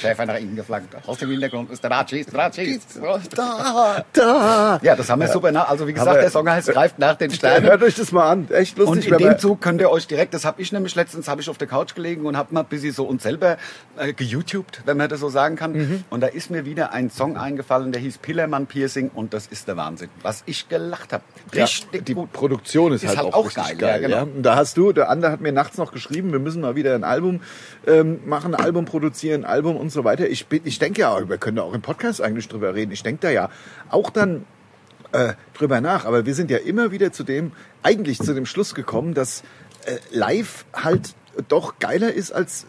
Schäfer nach innen geflankt. Aus dem Hintergrund ist der Ratschis, Ratschis. da, da. Ja, das haben wir super. nach- Also wie gesagt, Aber- der Song heißt Greift nach den Sternen. Hört euch das mal an, echt Und lustig. in wenn man- dem Zug könnt ihr euch direkt, das habe ich nämlich letztens, habe ich auf der Couch gelegen und habe mal ein bisschen so uns selber äh, geYouTubed, wenn man das so sagen kann. Mhm. Und da ist mir wieder ein Song eingefallen, der hieß Pillermann Piercing und das ist der Wahnsinn. Was ich gelacht habe. ja, Richtig die gut. Produktion ist, Ist halt, halt auch auch geil, richtig geil. ja, genau. ja. Und da hast du, der andere hat mir nachts noch geschrieben, wir müssen mal wieder ein Album ähm, machen, ein Album produzieren, ein Album und so weiter. Ich, bin, ich denke ja, wir können da auch im Podcast eigentlich drüber reden. Ich denke da ja auch dann äh, drüber nach. Aber wir sind ja immer wieder zu dem, eigentlich zu dem Schluss gekommen, dass äh, live halt doch geiler ist als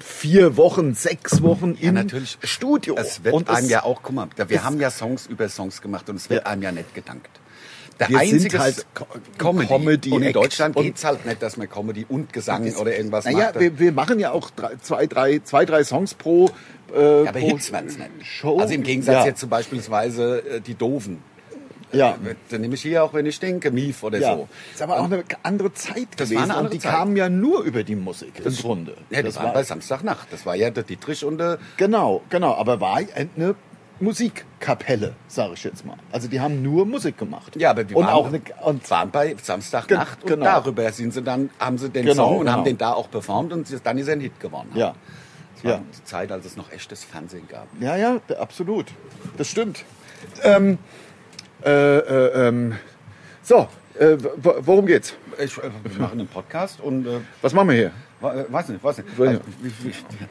vier Wochen, sechs Wochen im natürlich. Studio. Es wird Und einem es- ja auch, guck mal, wir es- haben ja Songs über Songs gemacht und es wird Ja. einem ja nicht gedankt. Der Wir sind einzige halt Co- Comedy. Comedy und in Act Deutschland und- geht's halt nicht, dass man Comedy und Gesang oder irgendwas naja, macht. wir, wir machen ja auch drei, zwei, drei, zwei, drei Songs pro, äh, aber pro Hits werden es nicht. Show. Also im Gegensatz ja. jetzt zu beispielsweise äh, die Doofen. Ja. Dann nehme ich hier auch, wenn ich denke, Mief oder Ja. so. Ist aber auch eine andere Zeit Das gewesen war eine andere und die Zeit. kamen ja nur über die Musik im Grunde. Ja, das, Das war bei Samstagnacht. Das war ja der Dietrich und äh, der genau, genau, aber war eine Musikkapelle, sage ich jetzt mal. Also die haben nur Musik gemacht. ja, aber wir und waren, auch eine, und waren bei Samstagnacht Ge- genau. und darüber sind sie dann haben sie den Genau, Song und genau. haben den da auch performt und sie- dann ist er ein Hit geworden. ja. Das war Ja. die Zeit, als es noch echtes Fernsehen gab. Ja, ja, d- absolut. Das stimmt. Ähm, äh, äh, ähm, so, äh, w- w- worum geht's? Ich, äh, wir machen einen Podcast und äh, Was machen wir hier? Also, wa- äh, weiß nicht, weiß nicht. Ja.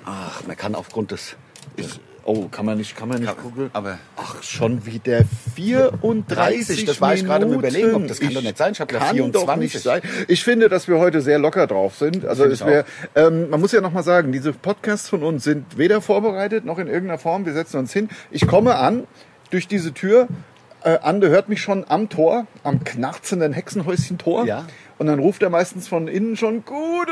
Ach, man kann aufgrund des Ich, Oh, kann man nicht, kann man nicht Kann- gucken. aber- Ach, schon wieder 34 das war ich gerade am Minuten. Überlegen, ob das kann doch nicht sein. Ich hab ja kann 24. Doch nicht sein. Ich finde, dass wir heute sehr locker drauf sind. Also Finde ich es wär, ähm, man muss ja nochmal sagen, diese Podcasts von uns sind weder vorbereitet noch in irgendeiner Form. Wir setzen uns hin. Ich komme an durch diese Tür. Äh, Ande hört mich schon am Tor, am knarzenden Hexenhäuschen-Tor. Ja. Und dann ruft er meistens von innen schon, Gude!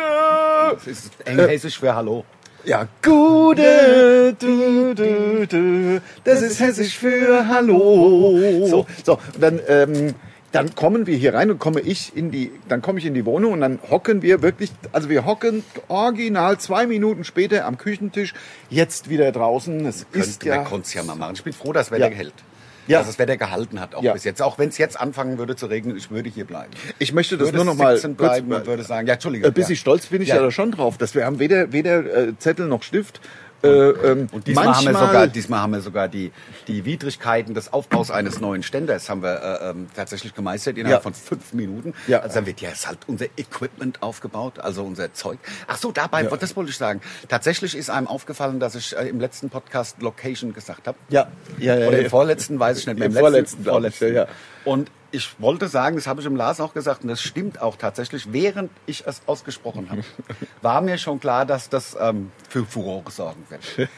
Das ist enghessisch für Hallo. Ja, Gude, du, du, du, das ist hessisch für Hallo. So, so, und dann, ähm, dann kommen wir hier rein und komme ich in die, dann komme ich in die Wohnung und dann hocken wir wirklich, also wir hocken original zwei Minuten später am Küchentisch, jetzt wieder draußen. Es ist Könnte, ja, Man konnte es ja mal machen. Ich bin froh, dass das Wetter Ja. hält. Ja. Dass das Wetter gehalten hat, auch Ja. bis jetzt. Auch wenn es jetzt anfangen würde zu regnen, ich würde hier bleiben. ich möchte das würde nur noch mal sitzen kurz- bleiben und würde sagen, ja, Entschuldigung. Äh, Bisschen ja. stolz bin ich ja, Ja. da schon drauf, dass wir haben weder, weder äh, Zettel noch Stift. Äh, ähm, Und diesmal manchmal, haben wir sogar, diesmal haben wir sogar die, die Widrigkeiten des Aufbaus eines neuen Ständers haben wir äh, ähm, tatsächlich gemeistert innerhalb Ja. von fünf Minuten. Ja. Also dann wird ja jetzt halt unser Equipment aufgebaut, also unser Zeug. Ach so, dabei, das wollte ich sagen. Tatsächlich ist einem aufgefallen, dass ich äh, im letzten Podcast Location gesagt habe. Ja, ja, ja. Oder ja. im vorletzten, weiß ich nicht mehr. Im vorletzten, glaub ich, ja, ja. Und ich wollte sagen, das habe ich im Lars auch gesagt, und das stimmt auch tatsächlich, während ich es ausgesprochen habe, war mir schon klar, dass das ähm, für Furore sorgen wird.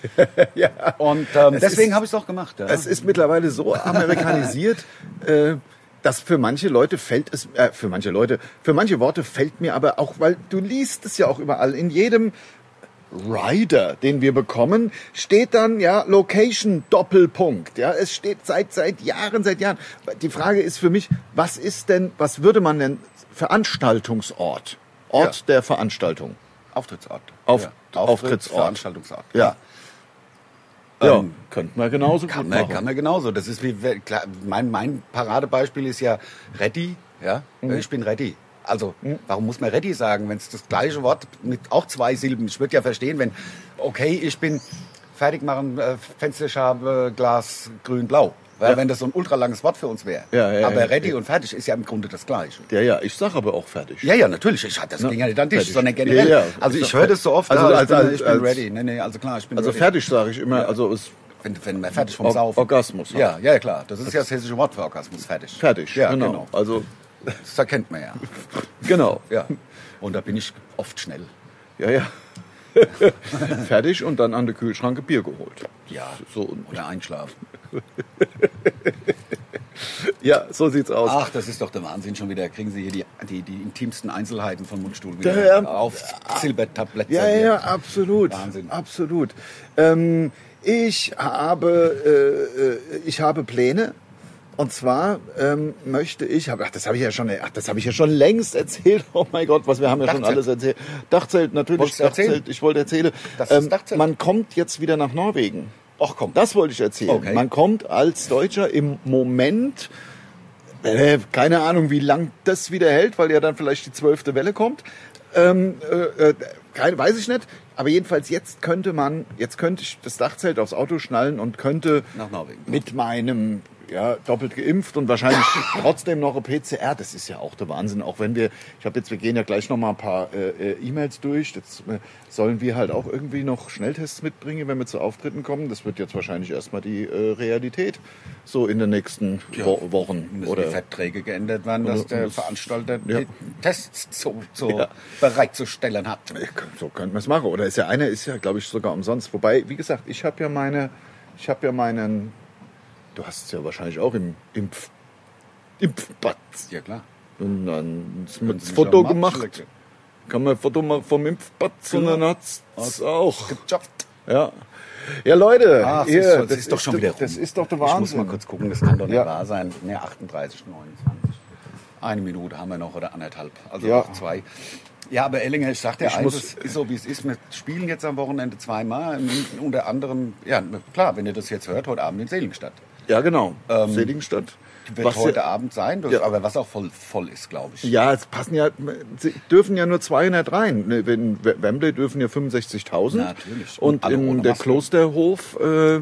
ja. Und ähm, Es deswegen ist- habe ich es auch gemacht. Ja. Es ist mittlerweile so amerikanisiert, äh, dass für manche Leute fällt es, äh, für manche Leute, für manche Worte fällt mir aber auch, weil du liest es ja auch überall, in jedem Rider, den wir bekommen, steht dann ja Location Doppelpunkt. Ja, es steht seit seit Jahren, seit Jahren. Die Frage ist für mich, was ist denn, was würde man denn Veranstaltungsort, Ort Ja. der Veranstaltung? Auftrittsort. Auf- ja. Auftrittsort. Veranstaltungsort. Ja, ja, Ähm, könnte man genauso Kann gut man, machen. kann man genauso. Das ist wie, we- klar, mein, mein Paradebeispiel ist ja Ready. Ja? Ich bin Ready. Also, warum muss man Ready sagen, wenn es das gleiche Wort mit auch zwei Silben Ich würde ja verstehen, wenn, okay, ich bin fertig machen, äh, Fensterscheibe, Glas, grün, blau. Weil Ja. Wenn das so ein ultralanges Wort für uns wäre. Ja, ja, aber ja, Ready ja. und fertig ist ja im Grunde das Gleiche. Ja, ja, ich sag aber auch fertig. Ja, ja, natürlich. Ich hatte das Ding ja nicht an den Tisch, fertig. sondern generell. Ja, ja. Also ich höre das so oft. Also ja, als- ich bin, als- ich bin als- ready. Nee, nee, also klar, ich bin Also ready. fertig sage ich immer, also ist Wenn, wenn man fertig vom Or- Saufen. Orgasmus halt. Ja, ja, ja, klar. Das ist ja das hessische Wort für Orgasmus. Fertig. fertig. Ja, genau. Also Das erkennt man ja. genau. Ja. Und da bin ich oft schnell. Ja, ja. fertig und dann an der Kühlschranke Bier geholt. Ja. So, Oder einschlafen. ja, so sieht's aus. Ach, das ist doch der Wahnsinn schon wieder. Kriegen Sie hier die, die, die intimsten Einzelheiten von Mundstuhl wieder Ja, ja. auf Silbertablett. ja, ja, serviert. ja, absolut. Wahnsinn. Absolut. Ähm, ich habe äh, äh, ich habe Pläne. Und zwar ähm, möchte ich, hab- ach, das habe ich ja schon, ach, das habe ich ja schon längst erzählt. Oh mein Gott, was wir haben ja schon Dachzelt. alles erzählt. Dachzelt natürlich, Wolltest du Dachzelt. erzählen? Ich wollte erzählen. Ähm, Das ist Dachzelt. Man kommt jetzt wieder nach Norwegen. Och, komm. Das wollte ich erzählen. Okay. Man kommt als Deutscher im Moment, äh, keine Ahnung, wie lang das wieder hält, weil ja dann vielleicht die zwölfte Welle kommt. Ähm, äh, äh, kein, weiß ich nicht. Aber jedenfalls jetzt könnte man, jetzt könnte ich das Dachzelt aufs Auto schnallen und könnte Nach Norwegen. mit meinem ja, doppelt geimpft und wahrscheinlich trotzdem noch eine PCR. Das ist ja auch der Wahnsinn. Auch wenn wir, ich habe jetzt, wir gehen ja gleich noch mal ein paar äh, äh, E-Mails durch. Jetzt äh, sollen wir halt auch irgendwie noch Schnelltests mitbringen, wenn wir zu Auftritten kommen. Das wird jetzt wahrscheinlich erstmal die äh, Realität so in den nächsten Wo Wochen. Müssen die Oder Verträge geändert werden, dass Oder- der das- Veranstalter ja. die Tests zu, zu Ja. bereitzustellen hat. so könnten wir es machen. Oder ist ja einer, ist ja, glaube ich, sogar umsonst. Wobei, wie gesagt, ich habe ja meine, ich habe ja meinen, du hast es ja wahrscheinlich auch im Impf, Impfplatz. Ja, klar. Und dann hat man ein Sie mich Foto am Genau. Arsch gemacht. lecken. Kann man ein Foto machen vom Impfplatz und dann hat's auch. Gejobbt. Ja. Ja, Leute. Ah, es ihr, ist, schon- das ist doch schon doch- wieder rum. Das ist doch der Ich muss Wahnsinn. mal kurz gucken, das kann doch nicht Ja. wahr sein. Ne, 38, 29. Eine Minute haben wir noch oder anderthalb, also Ja. noch zwei. Ja, aber Ellinger, ich sagte Ich eins, muss- es ist so wie es ist. Wir spielen jetzt am Wochenende zweimal, in- unter anderem, ja klar, wenn ihr das jetzt hört, heute Abend in Seligenstadt. Ja, genau. Seligenstadt. Wird Was Ähm, heute ja- Abend sein, das, Ja. aber was auch voll, voll ist, glaube ich. Ja, es passen ja, sie dürfen ja nur 200 rein. Ne, In Wembley dürfen ja 65.000. Natürlich. Und Und alle ohne in der Maske. Klosterhof, äh,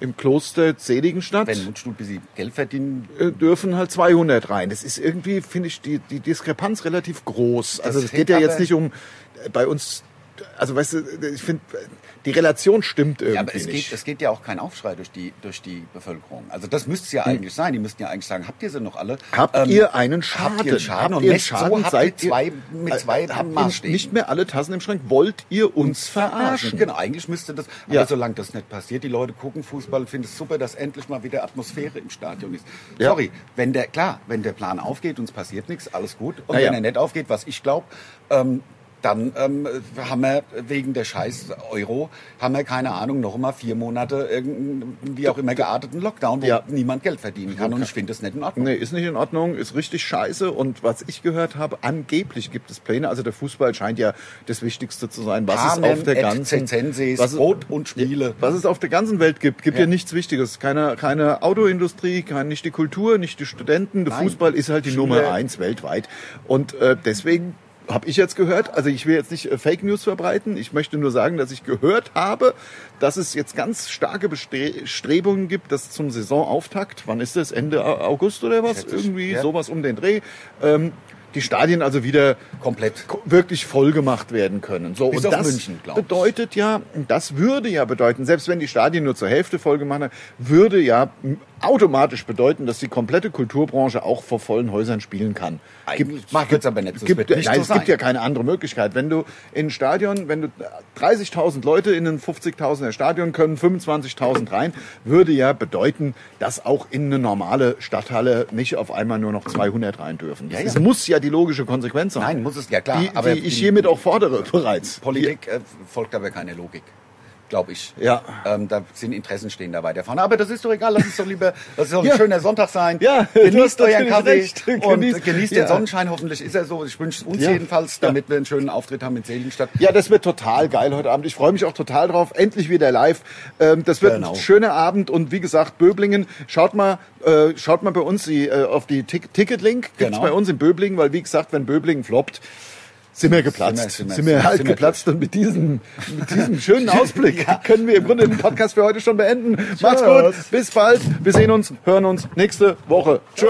im Kloster Seligenstadt. Wenn Mundstuhl bis sie Geld verdienen, äh, dürfen halt 200 rein. Das ist irgendwie, finde ich, die, die Diskrepanz relativ groß. Also es hängt geht ja aber- jetzt nicht um, äh, bei uns also weißt du, ich finde, die Relation stimmt irgendwie Ja, aber es nicht. geht, es geht ja auch kein Aufschrei durch die, durch die Bevölkerung. Also das müsste es ja eigentlich sein. Die müssten ja eigentlich sagen, habt ihr sie noch alle? Hm. Habt Ähm, ihr einen Schaden? Habt ihr einen Schaden? Habt und ihr einen messt Schaden? so, habt seid ihr zwei, äh, mit zwei habt ihr Maßstäben. nicht mehr alle Tassen im Schrank? Wollt ihr uns verarschen? Genau, eigentlich müsste das, aber Ja. solange das nicht passiert, die Leute gucken Fußball, finden es super, dass endlich mal wieder Atmosphäre im Stadion ist. Ja. Sorry, wenn der, klar, wenn der Plan aufgeht und es passiert nichts, alles gut. Und Na ja. wenn er nicht aufgeht, was ich glaube, ähm, dann ähm, haben wir wegen der scheiß Euro, haben wir, keine Ahnung, noch mal vier Monate irgendeinen, wie auch immer gearteten Lockdown, wo Ja. niemand Geld verdienen kann. Und ich finde das nicht in Ordnung. Nee, ist nicht in Ordnung, ist richtig scheiße. Und was ich gehört habe, angeblich gibt es Pläne. Also der Fußball scheint ja das Wichtigste zu sein, was es auf der Panem et ganzen cecenses, was es- Brot und Spiele. was es auf der ganzen Welt gibt, gibt ja, nichts Wichtiges. Keine, keine Autoindustrie, kein, nicht die Kultur, nicht die Studenten. Der Nein. Fußball ist halt die Schule. Nummer eins weltweit. Und äh, deswegen habe ich jetzt gehört, also ich will jetzt nicht äh, Fake News verbreiten, ich möchte nur sagen, dass ich gehört habe, dass es jetzt ganz starke Bestrebungen gibt, dass zum Saisonauftakt, wann ist das, Ende Au- August oder was, Schätze ich, irgendwie ja. sowas um den Dreh, ähm, die Stadien also wieder Komplett. ko- wirklich voll gemacht werden können. So, Bis und auf das München, glaub ich. bedeutet ja, das würde ja bedeuten, selbst wenn die Stadien nur zur Hälfte voll gemacht haben, würde ja m- automatisch bedeuten, dass die komplette Kulturbranche auch vor vollen Häusern spielen kann. Eigentlich macht jetzt aber nicht so. Es Gibt, wird nicht nein, so es gibt sein. ja keine andere Möglichkeit. Wenn du in ein Stadion, wenn du 30.000 Leute in ein 50.000er Stadion können, 25.000 rein, würde ja bedeuten, dass auch in eine normale Stadthalle nicht auf einmal nur noch 200 rein dürfen. Das Ja, ja. ist- muss ja die logische Konsequenz sein. Nein, muss es, ja klar, Die, aber die ich die- hiermit auch fordere bereits. Politik äh, folgt aber keine Logik. Glaube ich. Ja. Ähm, da sind Interessen stehen da weiter vorne. Aber das ist doch egal, lass es doch lieber, das soll ein Ja. schöner Sonntag sein. Ja, du hast genießt euren natürlich Kaffee recht. und Genießt- genießt, ja. den Sonnenschein. Hoffentlich ist er so. Ich wünsche es uns Ja. jedenfalls, damit wir einen schönen Auftritt haben in Seligenstadt. Ja, das wird total geil heute Abend. Ich freue mich auch total drauf. Endlich wieder live. Ähm, das wird Genau. ein schöner Abend und wie gesagt, Böblingen, schaut mal, äh, schaut mal bei uns die, äh, auf die Tick Ticket-Link. Gibt's Genau. bei uns in Böblingen, weil wie gesagt, wenn Böblingen floppt, sind wir geplatzt. Sind Sind wir- wir, sind wir- halt sind wir geplatzt und mit diesem, mit diesem schönen Ausblick können wir im Grunde den Podcast für heute schon beenden. Macht's gut, bis bald, wir sehen uns, hören uns nächste Woche. Tschö.